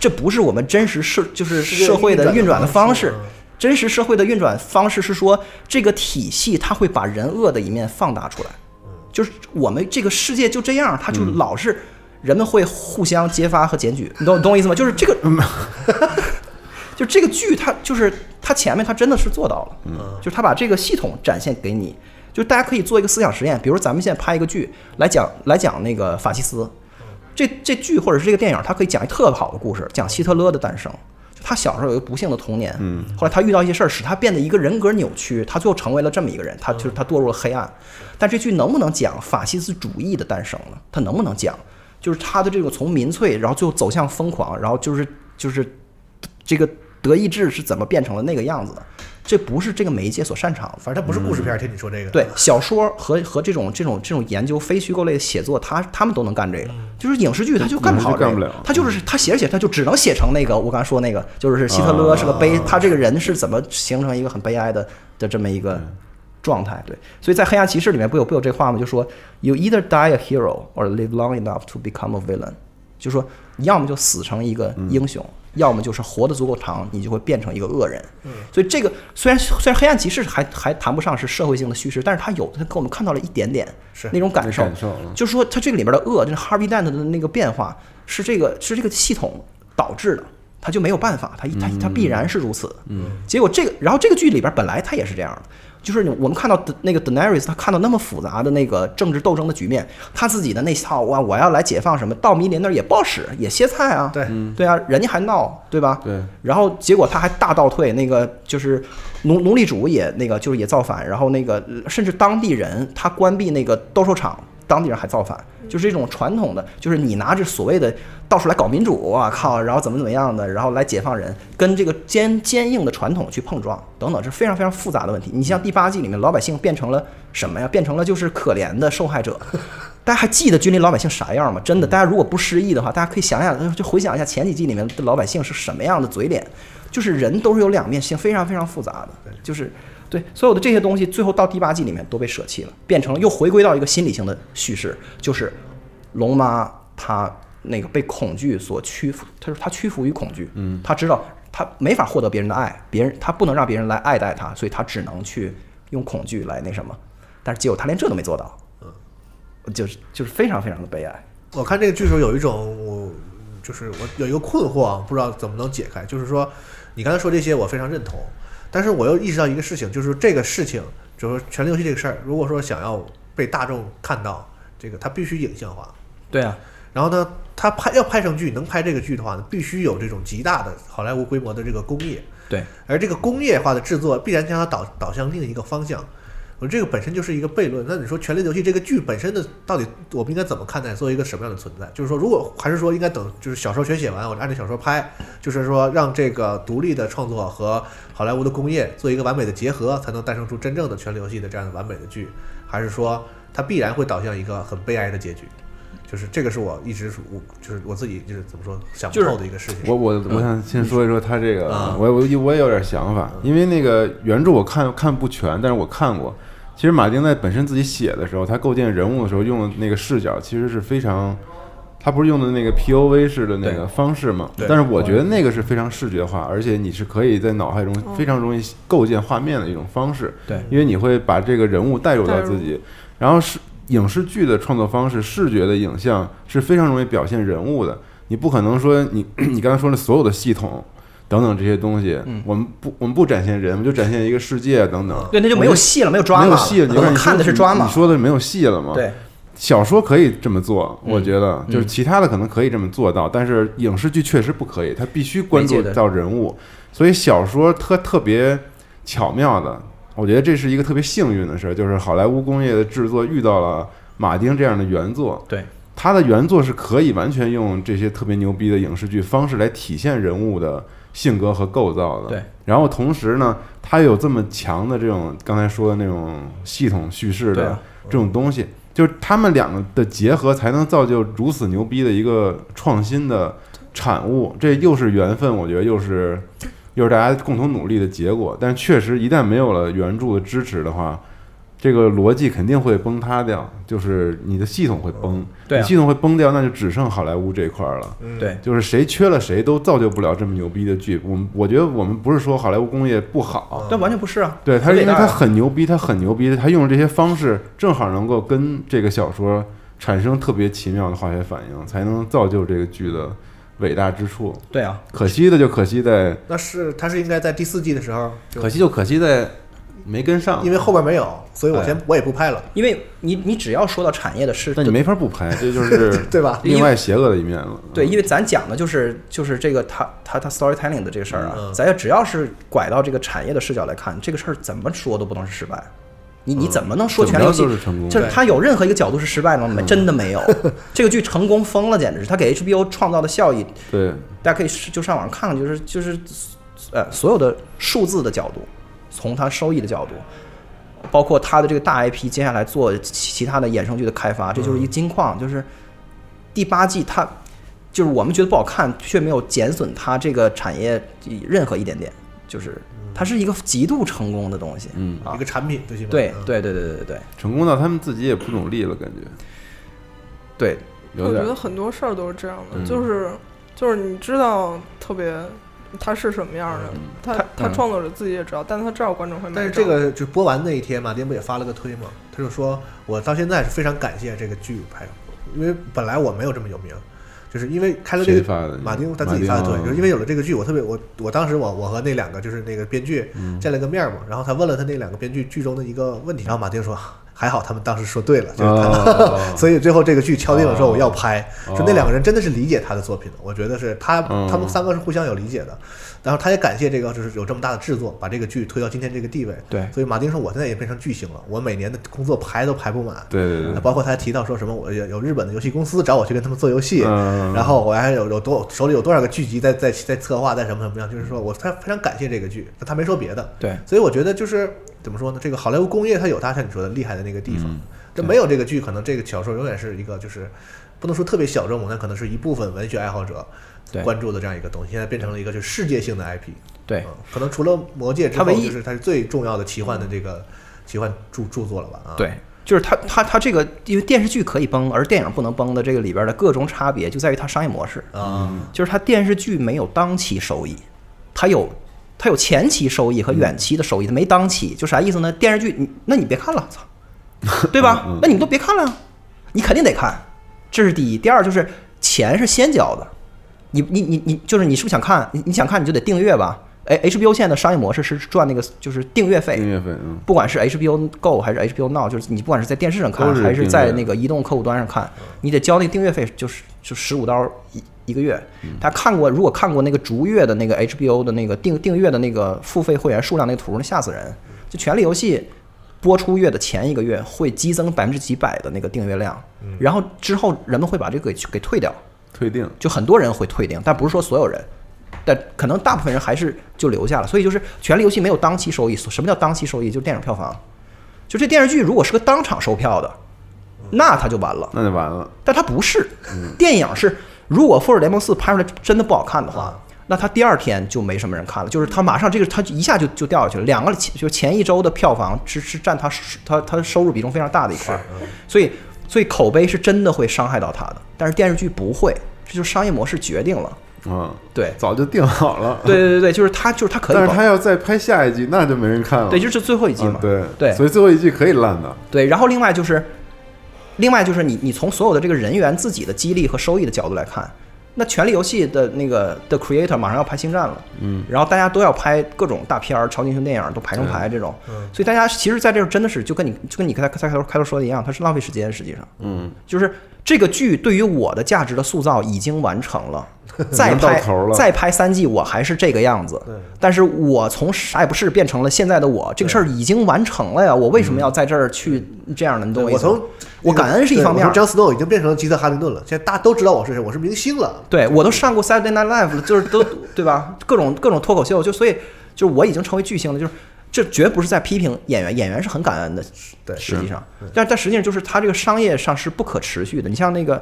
S4: 这不是我们真实社就是
S1: 世界
S4: 社会的
S1: 运转
S4: 运转
S1: 的
S4: 的
S1: 方
S4: 方
S1: 式啊
S4: 式。真实社会的运转方式是说，这个体系它会把人恶的一面放大出来。
S1: 嗯
S4: 就是我们这个世界就这样，它就老是人们会互相揭发和检举，你懂懂我意思吗？就是这个，
S1: 嗯
S4: 就这个剧它就是它前面它真的是做到了，嗯，就是它把这个系统展现给你，就是大家可以做一个思想实验，比如咱们现在拍一个剧来讲来讲那个法西斯，这这剧或者是这个电影，它可以讲一特好的故事，讲希特勒的诞生。就他小时候有一个不幸的童年，嗯，后来他遇到一些事儿，使他变得一个人格扭曲，他最后成为了这么一个人，他就是他堕入了黑暗。但这剧能不能讲法西斯主义的诞生呢？他能不能讲？就是他的这种从民粹，然后最后走向疯狂，然后就是就是这个德意志是怎么变成了那个样子的？这不是这个媒介所擅长的。
S1: 反正它不是故事片儿，听你说这个，
S4: 对，小说和和这种这种这种研究非虚构类的写作，他他们都能干这个，就是影视剧他就干不好、这个，
S2: 影视剧干不了
S4: 他就是他写着写着他就只能写成那个我刚才说那个，
S2: 啊
S4: 就是希特勒是个悲，他这个人是怎么形成一个很悲哀的的这么一个状态。对，所以在《黑暗骑士》里面不有不有这话吗？就说 “You either die a hero or live long enough to become a villain”，就说你要么就死成一个英雄，要么就是活得足够长，你就会变成一个恶人。所以这个虽然虽然《黑暗骑士还》还谈不上是社会性的叙事，但是它有，它给我们看到了一点点
S1: 是
S4: 那种感受，
S2: 那感受嗯
S4: 就是说它这个里边的恶，就是 Harvey Dent 的那个变化是这个是这个系统导致的。它就没有办法，它它它必然是如此。嗯，结果这个，然后这个剧里边本来它也是这样的，就是我们看到的那个 Daenerys，他看到那么复杂的那个政治斗争的局面，他自己的那套哇，我要来解放什么，到迷林那儿也不好使，也歇菜啊，
S1: 对
S4: 对啊，人家还闹，对吧？
S2: 对，
S4: 然后结果他还大倒退，那个就是奴奴隶主也那个就是也造反，然后那个呃甚至当地人他关闭那个斗兽场，当地人还造反，就是这种传统的，就是你拿着所谓的到处来搞民主，啊，靠，然后怎么怎么样的，然后来解放人，跟这个坚坚硬的传统去碰撞，等等，这是非常非常复杂的问题。你像第八季里面老百姓变成了什么呀？变成了就是可怜的受害者。 大家还记得君临老百姓啥样吗？真的，大家如果不失忆的话，大家可以想想，就回想一下前几季里面的老百姓是什么样的嘴脸。就是人都是有两面性，非常非常复杂的，就是对所有的这些东西，最后到第八季里面都被舍弃了，变成了又回归到一个心理性的叙事，就是龙妈她那个被恐惧所屈服，她说她屈服于恐惧，嗯，她知道她没法获得别人的爱，别人她不能让别人来爱戴她，所以她只能去用恐惧来那什么，但是结果她连这都没做到，嗯，就是就是非常非常的悲哀，
S1: 我看这个剧的时候有一种我就是我有一个困惑啊，不知道怎么能解开。就是说，你刚才说这些我非常认同，但是我又意识到一个事情，就是这个事情，就是说《权力游戏》这个事儿，如果说想要被大众看到，这个它必须影像化。
S4: 对啊，
S1: 然后呢，它拍要拍成剧，能拍这个剧的话呢，必须有这种极大的好莱坞规模的这个工业。
S4: 对，
S1: 而这个工业化的制作必然将它导导向另一个方向。我这个本身就是一个悖论。那你说《权力游戏》这个剧本身的到底我们应该怎么看待？作为一个什么样的存在？就是说，如果还是说应该等就是小说全写完，我按照小说拍，就是说让这个独立的创作和好莱坞的工业做一个完美的结合，才能诞生出真正的《权力游戏》的这样的完美的剧，还是说它必然会导向一个很悲哀的结局？就是这个是我一直我就是我自己就是怎么说想不透的一个事情。
S2: 我我
S4: 嗯
S2: 我想先说一说他这个，
S1: 啊
S2: 我我我也有点想法，
S4: 嗯
S2: 因为那个原著我看看不全，但是我看过。其实马丁在本身自己写的时候，他构建人物的时候用的那个视角其实是非常，他不是用的那个 POV 式的那个方式嘛？
S1: 对
S2: 但是我觉得那个是非常视觉化，而且你是可以在脑海中非常容易构建画面的一种方式。
S4: 对
S2: 因为你会把这个人物带入到自己，然后是影视剧的创作方式，视觉的影像是非常容易表现人物的。你不可能说你 你刚才说的所有的系统等等这些东西，
S4: 嗯
S2: 我们不我们不展现人，我们就展现一个世界等等。
S4: 对，那就没有戏了，没有抓
S2: 没
S4: 马
S2: 有戏了，你
S4: 我
S2: 看
S4: 们
S2: 你
S4: 看的是
S2: 说
S4: 抓
S2: 你
S4: 马
S2: 你，说的没有戏了嘛？
S4: 对，
S2: 小说可以这么做，我觉得就是其他的可能可以这么做到，但是影视剧确实不可以，它必须关
S4: 理
S2: 注
S4: 解的
S2: 到人物，所以小说特特别巧妙的，我觉得这是一个特别幸运的事儿，就是好莱坞工业的制作遇到了马丁这样的原作，
S4: 对，
S2: 他的原作是可以完全用这些特别牛逼的影视剧方式来体现人物的性格和构造的。
S4: 对，
S2: 然后同时呢，他有这么强的这种刚才说的那种系统叙事
S4: 对
S2: 的
S4: 啊
S2: 这种东西，就是他们两个的结合才能造就如此牛逼的一个创新的产物。这又是缘分，我觉得又是又是大家共同努力的结果。但确实，一旦没有了原著的支持的话，这个逻辑肯定会崩塌掉，就是你的系统会崩，
S4: 对啊
S2: 你系统会崩掉，那就只剩好莱坞这一块儿了。
S4: 对
S2: 就是谁缺了谁都造就不了这么牛逼的剧。我们我觉得我们不是说好莱坞工业不好，
S4: 但完全不是啊，
S2: 对，它
S4: 特
S2: 是
S4: 别
S2: 因为
S4: 大
S2: 它
S4: 啊
S2: 很牛逼，它很牛逼，它用了这些方式正好能够跟这个小说产生特别奇妙的化学反应，才能造就这个剧的伟大之处。
S4: 对啊，
S2: 可惜的就可惜在，
S1: 那是他是应该在第四季的时候，就
S2: 可惜就可惜在没跟上，
S1: 因为后边没有，所以我
S2: 哎
S1: 先我也不拍了，
S4: 因为你你只要说到产业的事，
S2: 但你没法不拍，这就是
S1: 对吧？
S2: 另外邪恶的一面了。嗯
S4: 对，因为咱讲的就是就是这个他他他 storytelling 的这个事儿啊，
S1: 嗯
S4: 咱要只要是拐到这个产业的视角来看，这个事儿怎么说都不能是失败。你你怎么能说
S2: 嗯怎
S4: 全
S2: 么
S4: 力
S2: 着
S4: 游
S2: 都
S4: 戏
S2: 是成功嗯
S4: 就是
S1: 对
S4: 它有任何一个角度是失败的吗？没，真的 没有。这个剧成功疯了，简直是它给 HBO 创造的效益，
S2: 对，
S4: 大家可以是就上网看看，就是就是呃所有的数字的角度，从它收益的角度，包括它的这个大 IP 接下来做其其他的衍生剧的开发，这就是一个金矿，就是第八季它就是我们觉得不好看，却没有减损它这个产业任何一点点。就是它是一个极度成功的东西。
S2: 嗯，
S4: 啊
S1: 一个产品最起码
S4: 对
S1: 嗯
S4: 对对对对对对
S2: 成功到他们自己也不努力了，感觉
S4: 对，
S2: 有
S3: 我觉
S2: 点
S3: 得
S2: 儿。
S3: 很多事儿都是这样的，
S2: 嗯
S3: 就是就是你知道特别他是什么样的，他
S4: 他
S3: 他
S4: 嗯
S3: 创作者自己也知道，但他知道观众会买账。
S1: 但是这个就播完那一天，马丁不也发了个推吗？他就说我到现在是非常感谢这个剧拍，因为本来我没有这么有名，就是因为开了这
S2: 谁
S1: 个
S2: 发的？
S1: 马丁他自己发的推，
S2: 马
S1: 就
S2: 丁
S1: 是因为有了这个剧，我特别我我当时我我和那两个就是那个编剧见了个面嘛，然后他问了他那两个编剧剧中的一个问题，然后马丁说还好他们当时说对了，就是他
S2: 啊
S1: 所以最后这个剧敲定了，说我要拍，
S2: 哦
S1: 就那两个人真的是理解他的作品的，我觉得是他
S2: 嗯
S1: 他们三个是互相有理解的，然后他也感谢这个就是有这么大的制作，把这个剧推到今天这个地位。
S4: 对
S1: 所以马丁说我现在也变成巨星了，我每年的工作排都排不满。呃
S2: 对对对，
S1: 包括他还提到说什么我有有日本的游戏公司找我去跟他们做游戏，
S2: 嗯
S1: 然后我还有有多手里有多少个剧集在在在策划在什么什么样，就是说我他非常感谢这个剧，他没说别的，
S4: 对
S1: 所以我觉得就是怎么说呢？这个好莱坞工业它有它像你说的厉害的那个地方，
S4: 嗯
S1: 这没有这个剧，可能这个小说永远是一个就是不能说特别小众，但可能是一部分文学爱好者
S4: 对
S1: 关注的这样一个东西。现在变成了一个就是世界性的 IP，
S4: 对
S1: 嗯，可能除了《魔戒》之
S4: 它
S1: 后，
S4: 唯一
S1: 就是它是最重要的奇幻的这个奇幻著著作了吧？啊，
S4: 对，就是它它它这个因为电视剧可以崩，而电影不能崩的这个里边的各种差别就在于它商业模式。
S1: 啊，
S4: 就是它电视剧没有当期收益，它有它有前期收益和远期的收益，它没当期，就啥意思呢？电视剧，你那你别看了，操，对吧？那你们都别看了呀，你肯定得看，这是第一。第二就是钱是先交的，你你你你就是你是不是想看？你你想看你就得订阅吧。哎，HBO 现在的商业模式是赚那个就是订阅费，
S2: 音乐粉，嗯
S4: 不管是 HBO Go 还是 HBO Now，就是你不管是在电视上看
S2: 都是
S4: 还是在
S2: 订阅
S4: 那个移动客户端上看，你得交那个订阅费，就是就十五刀一一个月。
S2: 嗯
S4: 他看过，如果看过那个逐月的那个 HBO 的那个订订阅的那个付费会员数量那个图，那吓死人！就《权力游戏》播出月的前一个月会激增百分之几百的那个订阅量，
S2: 嗯
S4: 然后之后人们会把这个给给退掉。
S2: 退订，
S4: 就很多人会退订，但不是说所有人，但可能大部分人还是就留下了。所以就是《权力游戏》没有当期收益。什么叫当期收益？就是电影票房。就这电视剧如果是个当场售票的，那它就完了。
S2: 那就完了。
S4: 但它不是，
S2: 嗯
S4: 电影是如果《复仇者联盟四》拍出来真的不好看的
S2: 啊
S4: 话，那它第二天就没什么人看了，就是它马上这个它一下就就掉下去了，两个前就是前一周的票房是是占它收它它收入比重非常大的一块儿，
S2: 嗯
S4: 所以所以口碑是真的会伤害到它的，但是电视剧不会，这就是商业模式决定了，
S2: 嗯，
S4: 对
S2: 早就定好了。
S4: 对对对对，就是它就是它可以
S2: 但是
S4: 保，
S2: 他要再拍下一季，那就没人看了。
S4: 对，就是最后一季
S2: 嗯
S4: 嘛，
S2: 对
S4: 对
S2: 所以最后一季可以烂的。
S4: 对，然后另外就是，另外就是你你从所有的这个人员自己的激励和收益的角度来看，那《权力游戏》的那个的 creator 马上要拍星战了，嗯，然后大家都要拍各种大片儿、超级英雄电影，都排成排这种，所以大家其实在这儿真的是就跟你就跟你开开头开头说的一样，它是浪费时间，实际上，
S2: 嗯，
S4: 就是这个剧对于我的价值的塑造已经完成 了，再
S2: 已经到
S4: 拍
S2: 头了
S4: 再拍三季我还是这个样子，但是我从啥也不是变成了现在的我，这个事儿已经完成了呀，我为什么要在这儿去这样呢？你懂
S1: 对
S4: 意
S1: 我
S4: 思吗
S1: 从？
S4: 我感恩是一方面
S1: 我，张 Snow 已经变成了吉特哈林顿了，现在大家都知道我是谁，我是明星了。
S4: 对我都上过 Saturday Night Live 了，就是都对吧？各种各种脱口秀，就所以就是我已经成为巨星了，就是这绝不是在批评演员，演员是很感恩的，
S1: 对
S4: 实际上，但但实际上就是他这个商业上是不可持续的。你像那个。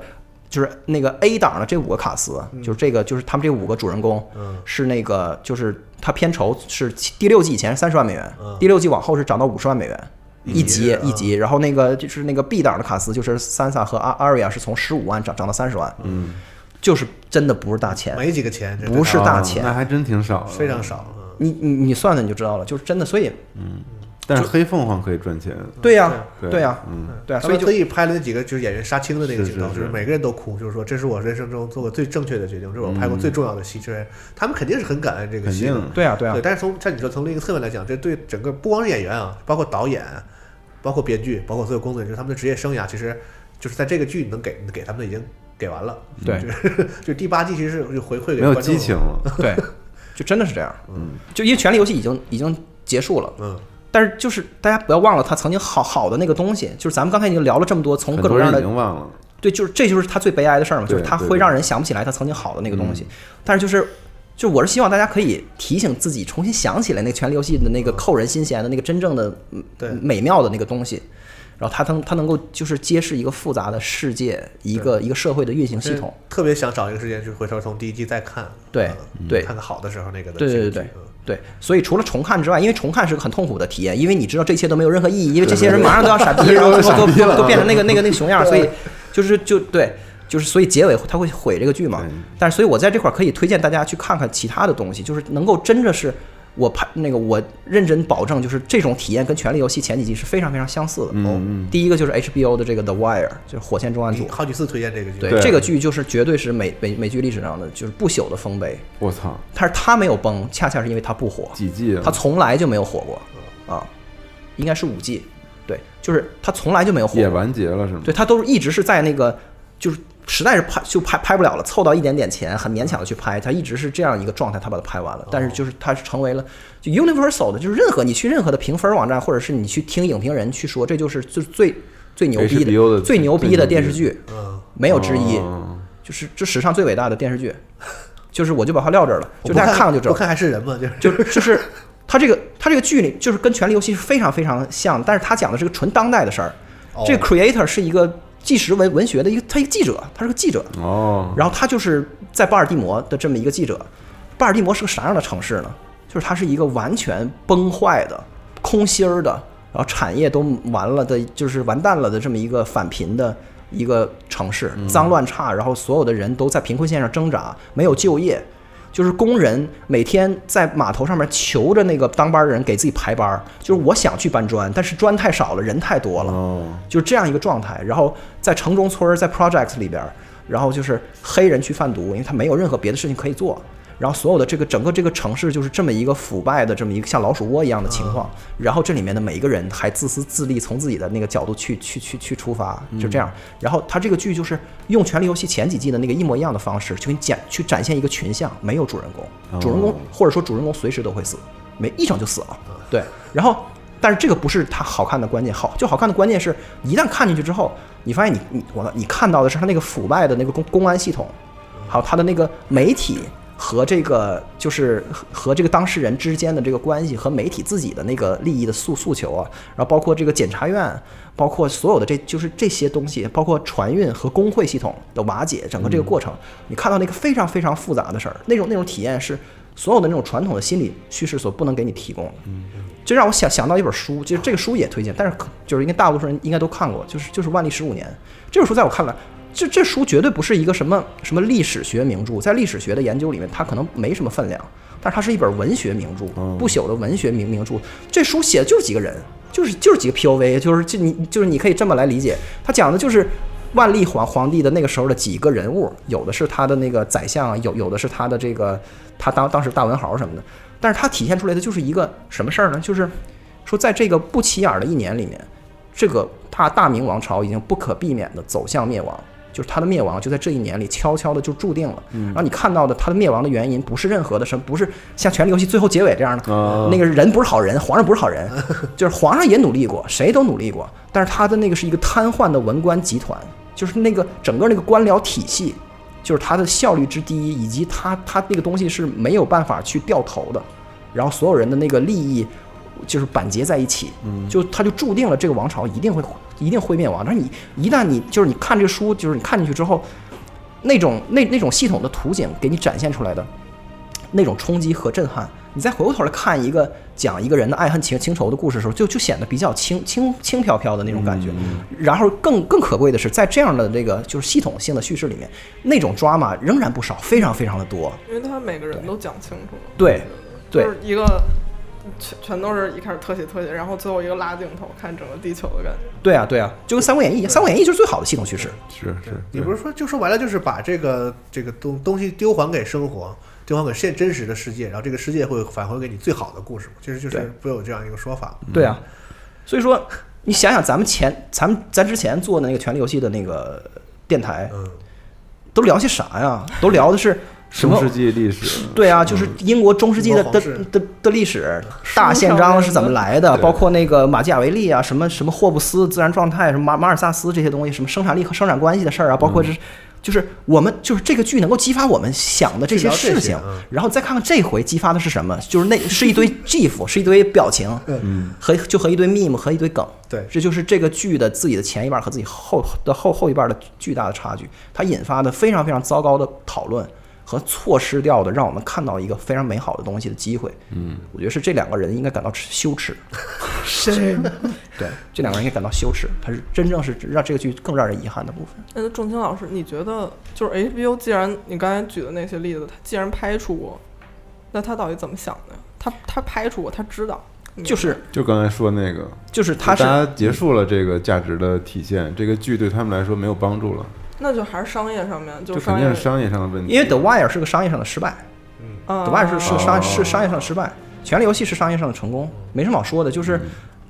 S4: 就是那个 A 档的这五个卡斯，
S1: 嗯
S4: 就是这个，就是他们这五个主人公，是那个，就是他片酬是第六季以前三十万美元，第六季往后是涨到五十万美元一集一集，然后那个就是那个 B 档的卡斯，就是 Sansa 和阿 Arya 是从十五万涨涨到三十万，嗯，就是真的不是大钱，
S1: 没几个钱，这
S4: 不是大钱
S2: 啊那还真挺少的。
S1: 非常少。嗯
S4: 你你你算算你就知道了，就是真的，所以
S2: 但是黑凤凰可以赚钱。
S4: 对呀、
S2: 对
S4: 对呀、啊
S2: 嗯，
S4: 对呀、
S1: 他
S4: 所以
S1: 们
S4: 就
S1: 特意拍了那几个就是演员杀青的那个
S2: 是
S1: 镜头，
S2: 是
S1: 就是
S2: 是
S1: 每个人都哭，就是说这是我人生中做过最正确的决定，这是我
S4: 嗯
S1: 拍过最重要的戏。之类，他们肯定是很感恩这个
S2: 肯
S1: 戏
S2: 定
S1: 的。
S4: 对呀、对呀、
S1: 啊但是从像你说从另一个侧面来讲，这对整个不光是演员啊，包括导演，包括编剧，包括所有工作人员，就是他们的职业生涯，其实就是在这个剧能给给他们的已经给完了。
S4: 对
S1: 就是就第八季其实是回馈给
S2: 没
S1: 观
S2: 有
S1: 众
S2: 激
S1: 了
S2: 情。了。
S4: 对，就真的是这样。嗯，就因为《权力游戏》已经已经结束了，
S1: 嗯，
S4: 但是就是大家不要忘了它曾经好好的那个东西，就是咱们刚才已经聊了这么多，从
S2: 很
S4: 各种
S2: 多
S4: 各样
S2: 人已
S4: 的
S2: 经忘了。
S4: 对，就是这就是他最悲哀的事儿嘛，就是
S2: 对
S4: 他
S2: 对
S4: 会
S2: 对嗯
S4: 让人想不起来他曾经好的那个东西。但是就是，就我是希望大家可以提醒自己，重新想起来那个权力游戏的那个扣人心弦的那个真正的嗯
S1: 对
S4: 美妙的那个东西。然后它能它能够就是揭示一个复杂的世界，一个一个社会的运行系统。
S1: 特别想找一个时间去回头从第一季再看。
S4: 对
S1: 嗯
S4: 对
S1: 看看好的时候那个的
S4: 对对
S1: 结
S4: 对
S1: 局
S4: 对
S1: 嗯
S4: 对，所以除了重看之外，因为重看是个很痛苦的体验，因为你知道这一切都没有任何意义，因为这些人马上都要傻逼，然 后都都都变成那个那个那个熊样儿，所以就是就对，就是所以结尾他会毁这个剧嘛
S2: 对。
S4: 但是所以我在这块儿可以推荐大家去看看其他的东西，就是能够真的是我拍那个我认真保证，就是这种体验跟《权力游戏》前几季是非常非常相似的。哦
S2: 嗯嗯
S4: 第一个就是 HBO 的这个 The Wire，就是《火线重案组
S1: 你》。好几次推荐这个剧，
S4: 对，
S2: 对
S4: 这个剧就是绝对是美美美剧历史上的就是不朽的丰碑，
S2: 我操，
S4: 但是它没有崩，恰恰是因为它不火。
S2: 几季啊？
S4: 他从来就没有火过啊，应该是五 G，对，就是他从来就没有火
S2: 也
S4: 过，
S2: 完结了是吗？
S4: 对他都是一直是在那个就是实在是拍就拍拍不了了，凑到一点点钱，很勉强的去拍，他一直是这样一个状态，他把它拍完了。但是就是他成为了就 Universal 的，就是任何你去任何的评分网站，或者是你去听影评人去说，这就是最最最牛逼
S2: HBO 的
S4: 最牛逼的电视剧，
S1: 嗯，
S4: 没有之一，
S2: 哦
S4: 就是这史上最伟大的电视剧， 就是我就把它撂这儿了，
S1: 我
S4: 就
S1: 不
S4: 大家看了就知道
S1: 不。看还是人 吗？就是
S4: 就就是他这个他这个剧里就是跟《权力游戏》是非常非常像，但是他讲的是个纯当代的事儿。
S1: 哦
S4: 这个 creator 是一个纪实文文学的一个，他一个记者，他是个记者，
S2: 哦，
S4: 然后他就是在巴尔的摩的这么一个记者。巴尔的摩是个啥样的城市呢？就是它是一个完全崩坏的、空心儿的，然后产业都完了的，就是完蛋了的这么一个返贫的一个城市，脏乱差，然后所有的人都在贫困线上挣扎，没有就业。就是工人每天在码头上面求着那个当班儿的人给自己排班儿，就是我想去搬砖，但是砖太少了，人太多了，
S2: 哦，
S4: 就是这样一个状态。然后在城中村儿，在 project 里边儿，然后就是黑人去贩毒，因为他没有任何别的事情可以做。然后所有的这个整个这个城市就是这么一个腐败的这么一个像老鼠窝一样的情况。然后这里面的每一个人还自私自利，从自己的那个角度去去去去出发，就这样。然后他这个剧就是用《权力游戏》前几季的那个一模一样的方式，去给你展去展现一个群像，没有主人公，主人公
S2: 哦
S4: 或者说主人公随时都会死，没一整就死了。对，然后但是这个不是它好看的关键，好就好看的关键是一旦看进去之后，你发现你你我你看到的是它那个腐败的那个公公安系统，还有它的那个媒体。和这个就是和和这个当事人之间的这个关系，和媒体自己的那个利益的诉诉求啊，然后包括这个检察院，包括所有的这就是这些东西，包括船运和工会系统的瓦解，整个这个过程，你看到那个非常非常复杂的事儿，那种那种体验是所有的那种传统的心理叙事所不能给你提供的。就让我想想到一本书，就是这个书也推荐，但是可就是应该大部分人应该都看过，就是就是《万历十五年》这本书，在我看来，这这书绝对不是一个什么 什么历史学名著，在历史学的研究里面，它可能没什么分量，但是它是一本文学名著，不朽的文学名名著。这书写的就是几个人，就是就是几个 POV，就是就你就是你可以这么来理解，它讲的就是万历皇皇帝的那个时候的几个人物，有的是他的那个宰相啊，有有的是他的这个他当当时大文豪什么的，但是他体现出来的就是一个什么事儿呢？就是说，在这个不起眼儿的一年里面，这个大大明王朝已经不可避免的走向灭亡，就是它的灭亡就在这一年里悄悄的就注定了。然后你看到的它的灭亡的原因，不是任何的什么，不是像《权力游戏》最后结尾这样的，
S2: 哦
S4: 那个人不是好人，皇上不是好人，就是皇上也努力过，谁都努力过，但是他的那个是一个瘫痪的文官集团，就是那个整个那个官僚体系。就是它的效率之低，以及它它那个东西是没有办法去掉头的，然后所有人的那个利益就是板结在一起，就它就注定了这个王朝一定会一定会灭亡。但是你一旦你就是你看这个书，就是你看进去之后，那种那那种系统的图景给你展现出来的那种冲击和震撼，你再回过头来看一个讲一个人的爱恨情情仇的故事的时候，就就显得比较轻轻轻飘飘的那种感觉。然后更更可贵的是，在这样的这个就是系统性的叙事里面，那种 drama 仍然不少，非常非常的多。
S3: 因为他每个人都讲清楚了。
S4: 对，对
S3: 就是一个全全都是一开始特写特写，然后最后一个拉镜头看整个地球的感觉。
S4: 对啊，对啊，就跟《三国演义》一样，《三国演义》就是最好的系统叙事。
S2: 是是，
S1: 你不是说就说白了就是把这个这个东东西丢还给生活，丢还给现真实的世界，然后这个世界会返回给你最好的故事嘛？其实就
S4: 对
S1: 是不有这样一个说法吗？
S4: 对啊，所以说你想想，咱们前咱们咱之前做的那个《权力游戏》的那个电台，
S1: 嗯，
S4: 都聊些啥呀？都聊的是 什么
S2: 中？世纪历史，
S4: 对啊，就是英国中世纪的
S1: 英国
S4: 的
S1: 皇室
S4: 的的历史，大宪章是怎么来的，
S2: 对
S4: 包括那个马基雅维利啊，什么什么霍布斯自然状态，什么马马尔萨斯这些东西，什么生产力和生产关系的事儿啊，包
S1: 嗯
S4: 括这、就是我们就是这个剧能够激发我们想的这些
S1: 去聊这些
S4: 事情，
S1: 嗯
S4: 然后再看看这回激发的是什么，就是那是一堆 GIF，是一堆表情，
S1: 嗯
S2: 嗯
S4: 和就和一堆 meme 和一堆梗，
S1: 对
S4: 这就是这个剧的自己的前一半和自己后的后后一半的巨大的差距，它引发的非常非常糟糕的讨论和错失掉的让我们看到一个非常美好的东西的机会。
S2: 嗯，
S4: 我觉得是这两个人应该感到耻羞耻，
S3: 谁？
S4: 对，这两个人应该感到羞耻，还是真正是让这个剧更让人遗憾的部分。
S3: 哎那仲青老师，你觉得就是 HBO，既然你刚才举的那些例子，他既然拍出过，那他到底怎么想的呀？他他拍出过，他知道，
S4: 就是
S2: 就刚才说那个，
S4: 就是他
S2: 大
S4: 是
S2: 家结束了这个价值的体现，这个剧对他们来说没有帮助了，
S3: 那就还是商业上面，就
S2: 这
S3: 是
S2: 肯
S3: 商业
S2: 定是商业上的问题。
S4: 因为 The Wire 是个商业上的失败。
S3: 啊，
S4: The Wire 是是
S2: 哦
S4: 商是商业上的失败，《权力游戏》是商业上的成功，没什么好说的。就是
S2: 嗯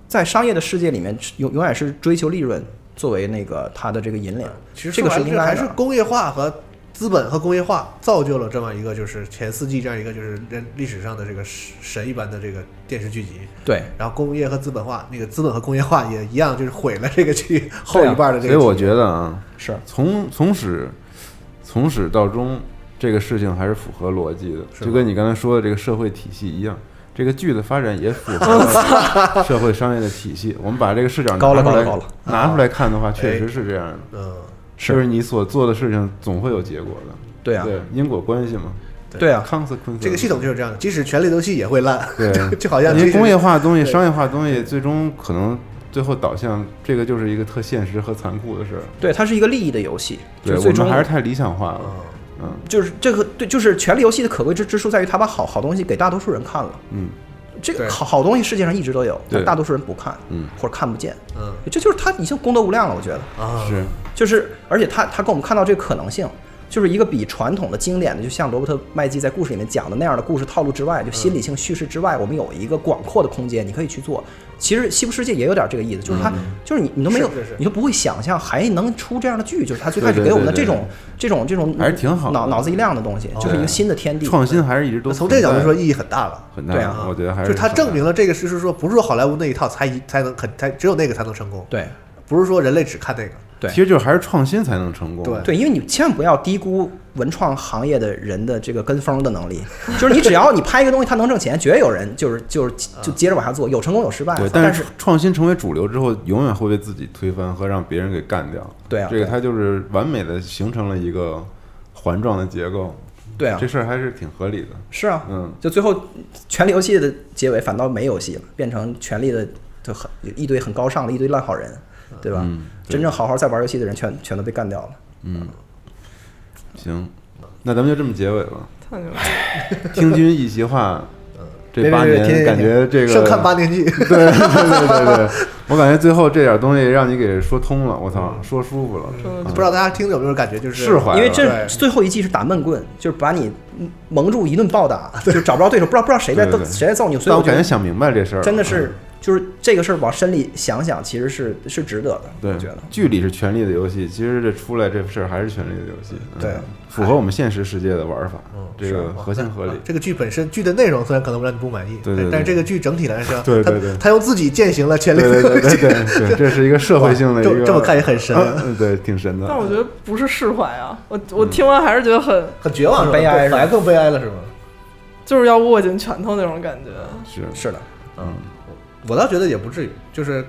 S4: 在商业的世界里面，永永远是追求利润作为那个它的这个
S2: 嗯
S4: 引领，
S1: 其实
S4: 这
S1: 说
S4: 个
S1: 白
S4: 是
S1: 了
S4: 应
S1: 这
S4: 该
S1: 还是
S4: 的。
S1: 工业化和资本和工业化造就了这么一个就是前四季这样一个就是人历史上的这个神一般的这个电视剧集，
S4: 对，
S1: 然后工业和资本化，那个资本和工业化也一样，就是毁了这个剧后一半的这个
S2: 啊所以
S1: 剧。
S2: 我觉得啊，
S4: 是
S2: 从从始从始到终，这个事情还是符合逻辑的，
S1: 是
S2: 就
S1: 吗
S2: 跟你刚才说的这个社会体系一样。这个剧的发展也符合社会商业的体系。我们把这个视角拿
S4: 高了
S2: 出来
S4: 高了高了
S2: 拿出来看的话，确
S1: 哎
S2: 实是这样的。
S1: 嗯，
S2: 就是你所做的事情总会有结果的，
S4: 对啊，
S2: 对因果关系嘛
S4: 对啊，
S2: ，consequence。
S1: 这个系统就是这样的，即使权力游戏也会烂，
S2: 对
S1: 就好像
S2: 因
S1: 即
S2: 为
S1: 使
S2: 工业化的东西、
S1: 对
S2: 商业化的东西，最终可能最后导向这个就是一个特现实和残酷的事儿。
S4: 对，它是一个利益的游戏，就
S2: 对
S4: 是
S2: 我
S4: 最终
S2: 们还是太理想化
S1: 嗯
S2: 了，嗯
S4: 就是这个对，就是《权力游戏》的可贵之之处在于它把好好东西给大多数人看了。
S2: 嗯，
S4: 这个
S1: 对
S4: 好好东西世界上一直都有，但
S2: 对
S4: 大多数人不看，
S2: 嗯
S4: 或者看不见，
S1: 嗯
S4: 这就是它已经功德无量了。我觉得，
S1: 啊，
S2: 是
S4: 就是而且他他给我们看到这个可能性，就是一个比传统的经典的，就像罗伯特麦基在故事里面讲的那样的故事套路之外，就心理性叙事之
S2: 嗯
S4: 外，我们有一个广阔的空间，你可以去做。其实《西部世界》也有点这个意思，就是
S2: 嗯
S4: 他、就是你你都没有
S1: 是是是
S4: 你都不会想象还能出这样的剧，就是他最开始
S2: 对对
S4: 给我们的
S2: 对
S4: 这
S2: 对
S4: 种这种这种
S2: 还是挺好的嗯哦
S4: 脑脑子一亮的东西，就是一个新的天地。
S2: 创新还是一直都
S1: 那从这个角度
S2: 存
S1: 说
S2: 在
S1: 意义很大了。
S2: 很
S4: 对
S2: 大
S4: 啊
S2: 的，我觉得还
S1: 就是是它
S2: 很大的
S1: 证明了这个事实，说不是说好莱坞那一套才一才能肯才只有那个才能成功，
S4: 对
S1: 不是说人类只看那个。
S4: 对
S2: 其实就是还是创新才能成功。
S1: 对
S4: 对，因为你千万不要低估文创行业的人的这个跟风的能力，就是你只要你拍一个东西，它能挣钱，绝对有人就是就是就接着往下做，有成功有失败啊
S2: 对，，
S4: 但
S2: 但是创新成为主流之后，永远会被自己推翻和让别人给干掉。
S4: 对啊
S2: 这个
S4: 对啊
S2: 它就是完美的形成了一个环状的结构。
S4: 对啊
S2: 这，事儿还是挺合理的。
S4: 是啊，
S2: 嗯，
S4: 就最后权力游戏的结尾反倒没游戏了，变成权力的就很一堆很高尚的一堆烂好人，对吧？
S2: 嗯对
S4: 真正好好在玩游戏的人全全都被干掉了。
S2: 行，那咱们就这么结尾 吧。
S3: 太牛了！
S2: 听君一席话，这
S1: 别嗯
S2: 八
S1: 别别
S2: 年
S1: 停
S2: 感
S1: 停
S2: 觉
S1: 停
S2: 这个
S1: 盛 看八年剧，
S2: 对对对对对，我感觉最后这点东西让你给说通了，我操，说舒服了，
S3: 嗯
S1: 不知道大家听着有没有感觉，就是
S2: 释怀了。
S4: 因为这
S1: 对
S4: 最后一季是打闷棍，就是把你蒙住一顿暴打，就找不着对手，不知道不知道谁在
S2: 对
S4: 斗
S2: 对对
S4: 谁在揍你，所以
S2: 但我
S4: 觉
S2: 感觉
S4: 得
S2: 想明白这事儿了，
S4: 真的是就是这个事儿往深里想想，其实是是值得的，
S2: 对
S4: 我觉得。，
S2: 剧里是权力的游戏，其实这出来这事儿还是权力的游戏，嗯
S4: 对，
S2: 符合我们现实世界的玩法，
S1: 嗯
S2: 这个合 情合理。
S1: 啊这个剧本身剧的内容虽然可能让你不满意，
S2: 对对对
S1: 但是这个剧整体来说，
S2: 对对对
S1: 他用自己践行了权力
S2: 对对对对对对，这是一个社会性的一
S1: 这
S2: 个，
S1: 这么看也很深，
S2: 嗯对，挺神的。
S3: 但我觉得不是释怀啊，我我听完还是觉得很，
S1: 很绝望，是吧
S4: 很悲哀是吧
S1: 反而更悲哀了，是吗？
S3: 就是要握紧拳头那种感觉。
S2: 是，
S4: 是的，
S2: 嗯，
S1: 我倒觉得也不至于，就是。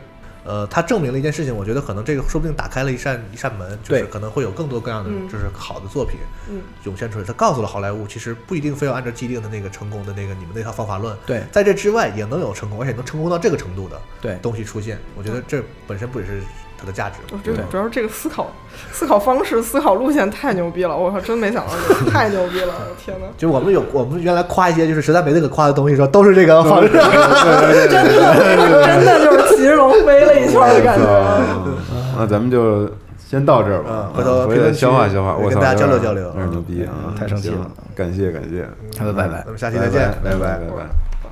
S1: 呃，他证明了一件事情，我觉得可能这个说不定打开了一扇一扇门，就是
S4: 对
S1: 可能会有更多各样的
S3: 嗯
S1: 就是好的作品
S3: 嗯，
S1: 涌现出来。他告诉了好莱坞，其实不一定非要按照既定的那个成功的那个你们那套方法论，
S4: 对
S1: 在这之外也能有成功，而且能成功到这个程度的
S4: 对
S1: 东西出现，我觉得这本身不只是它的价值。
S3: 我觉得
S4: 对
S3: 主要是这个思考思考方式、思考路线太牛逼了，我靠，真没想到这个，太牛逼了，我天哪！
S1: 就我们有我们原来夸一些就是实在没那个夸的东西，说都是这个方式。
S3: 真的真的就是骑着龙飞了一圈的感觉。
S2: 嗯那咱们就先到这儿吧
S1: 啊嗯，回头
S2: 回来消化消化，
S1: 评论
S2: 我
S1: 区
S2: 操，
S1: 跟大家交流
S2: 有点
S1: 交流嗯
S2: 有点牛逼啊，
S4: 太生气了
S2: 行，感谢感谢，
S4: 好的拜拜
S1: 咱嗯们下期再见嗯
S2: 拜
S1: 拜
S2: 拜
S1: 拜
S2: 拜拜。
S4: 是不是有点过了？我操，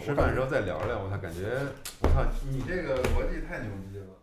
S2: 吃饭的时候再聊聊，我操，感觉我操，你这个逻辑太牛逼了。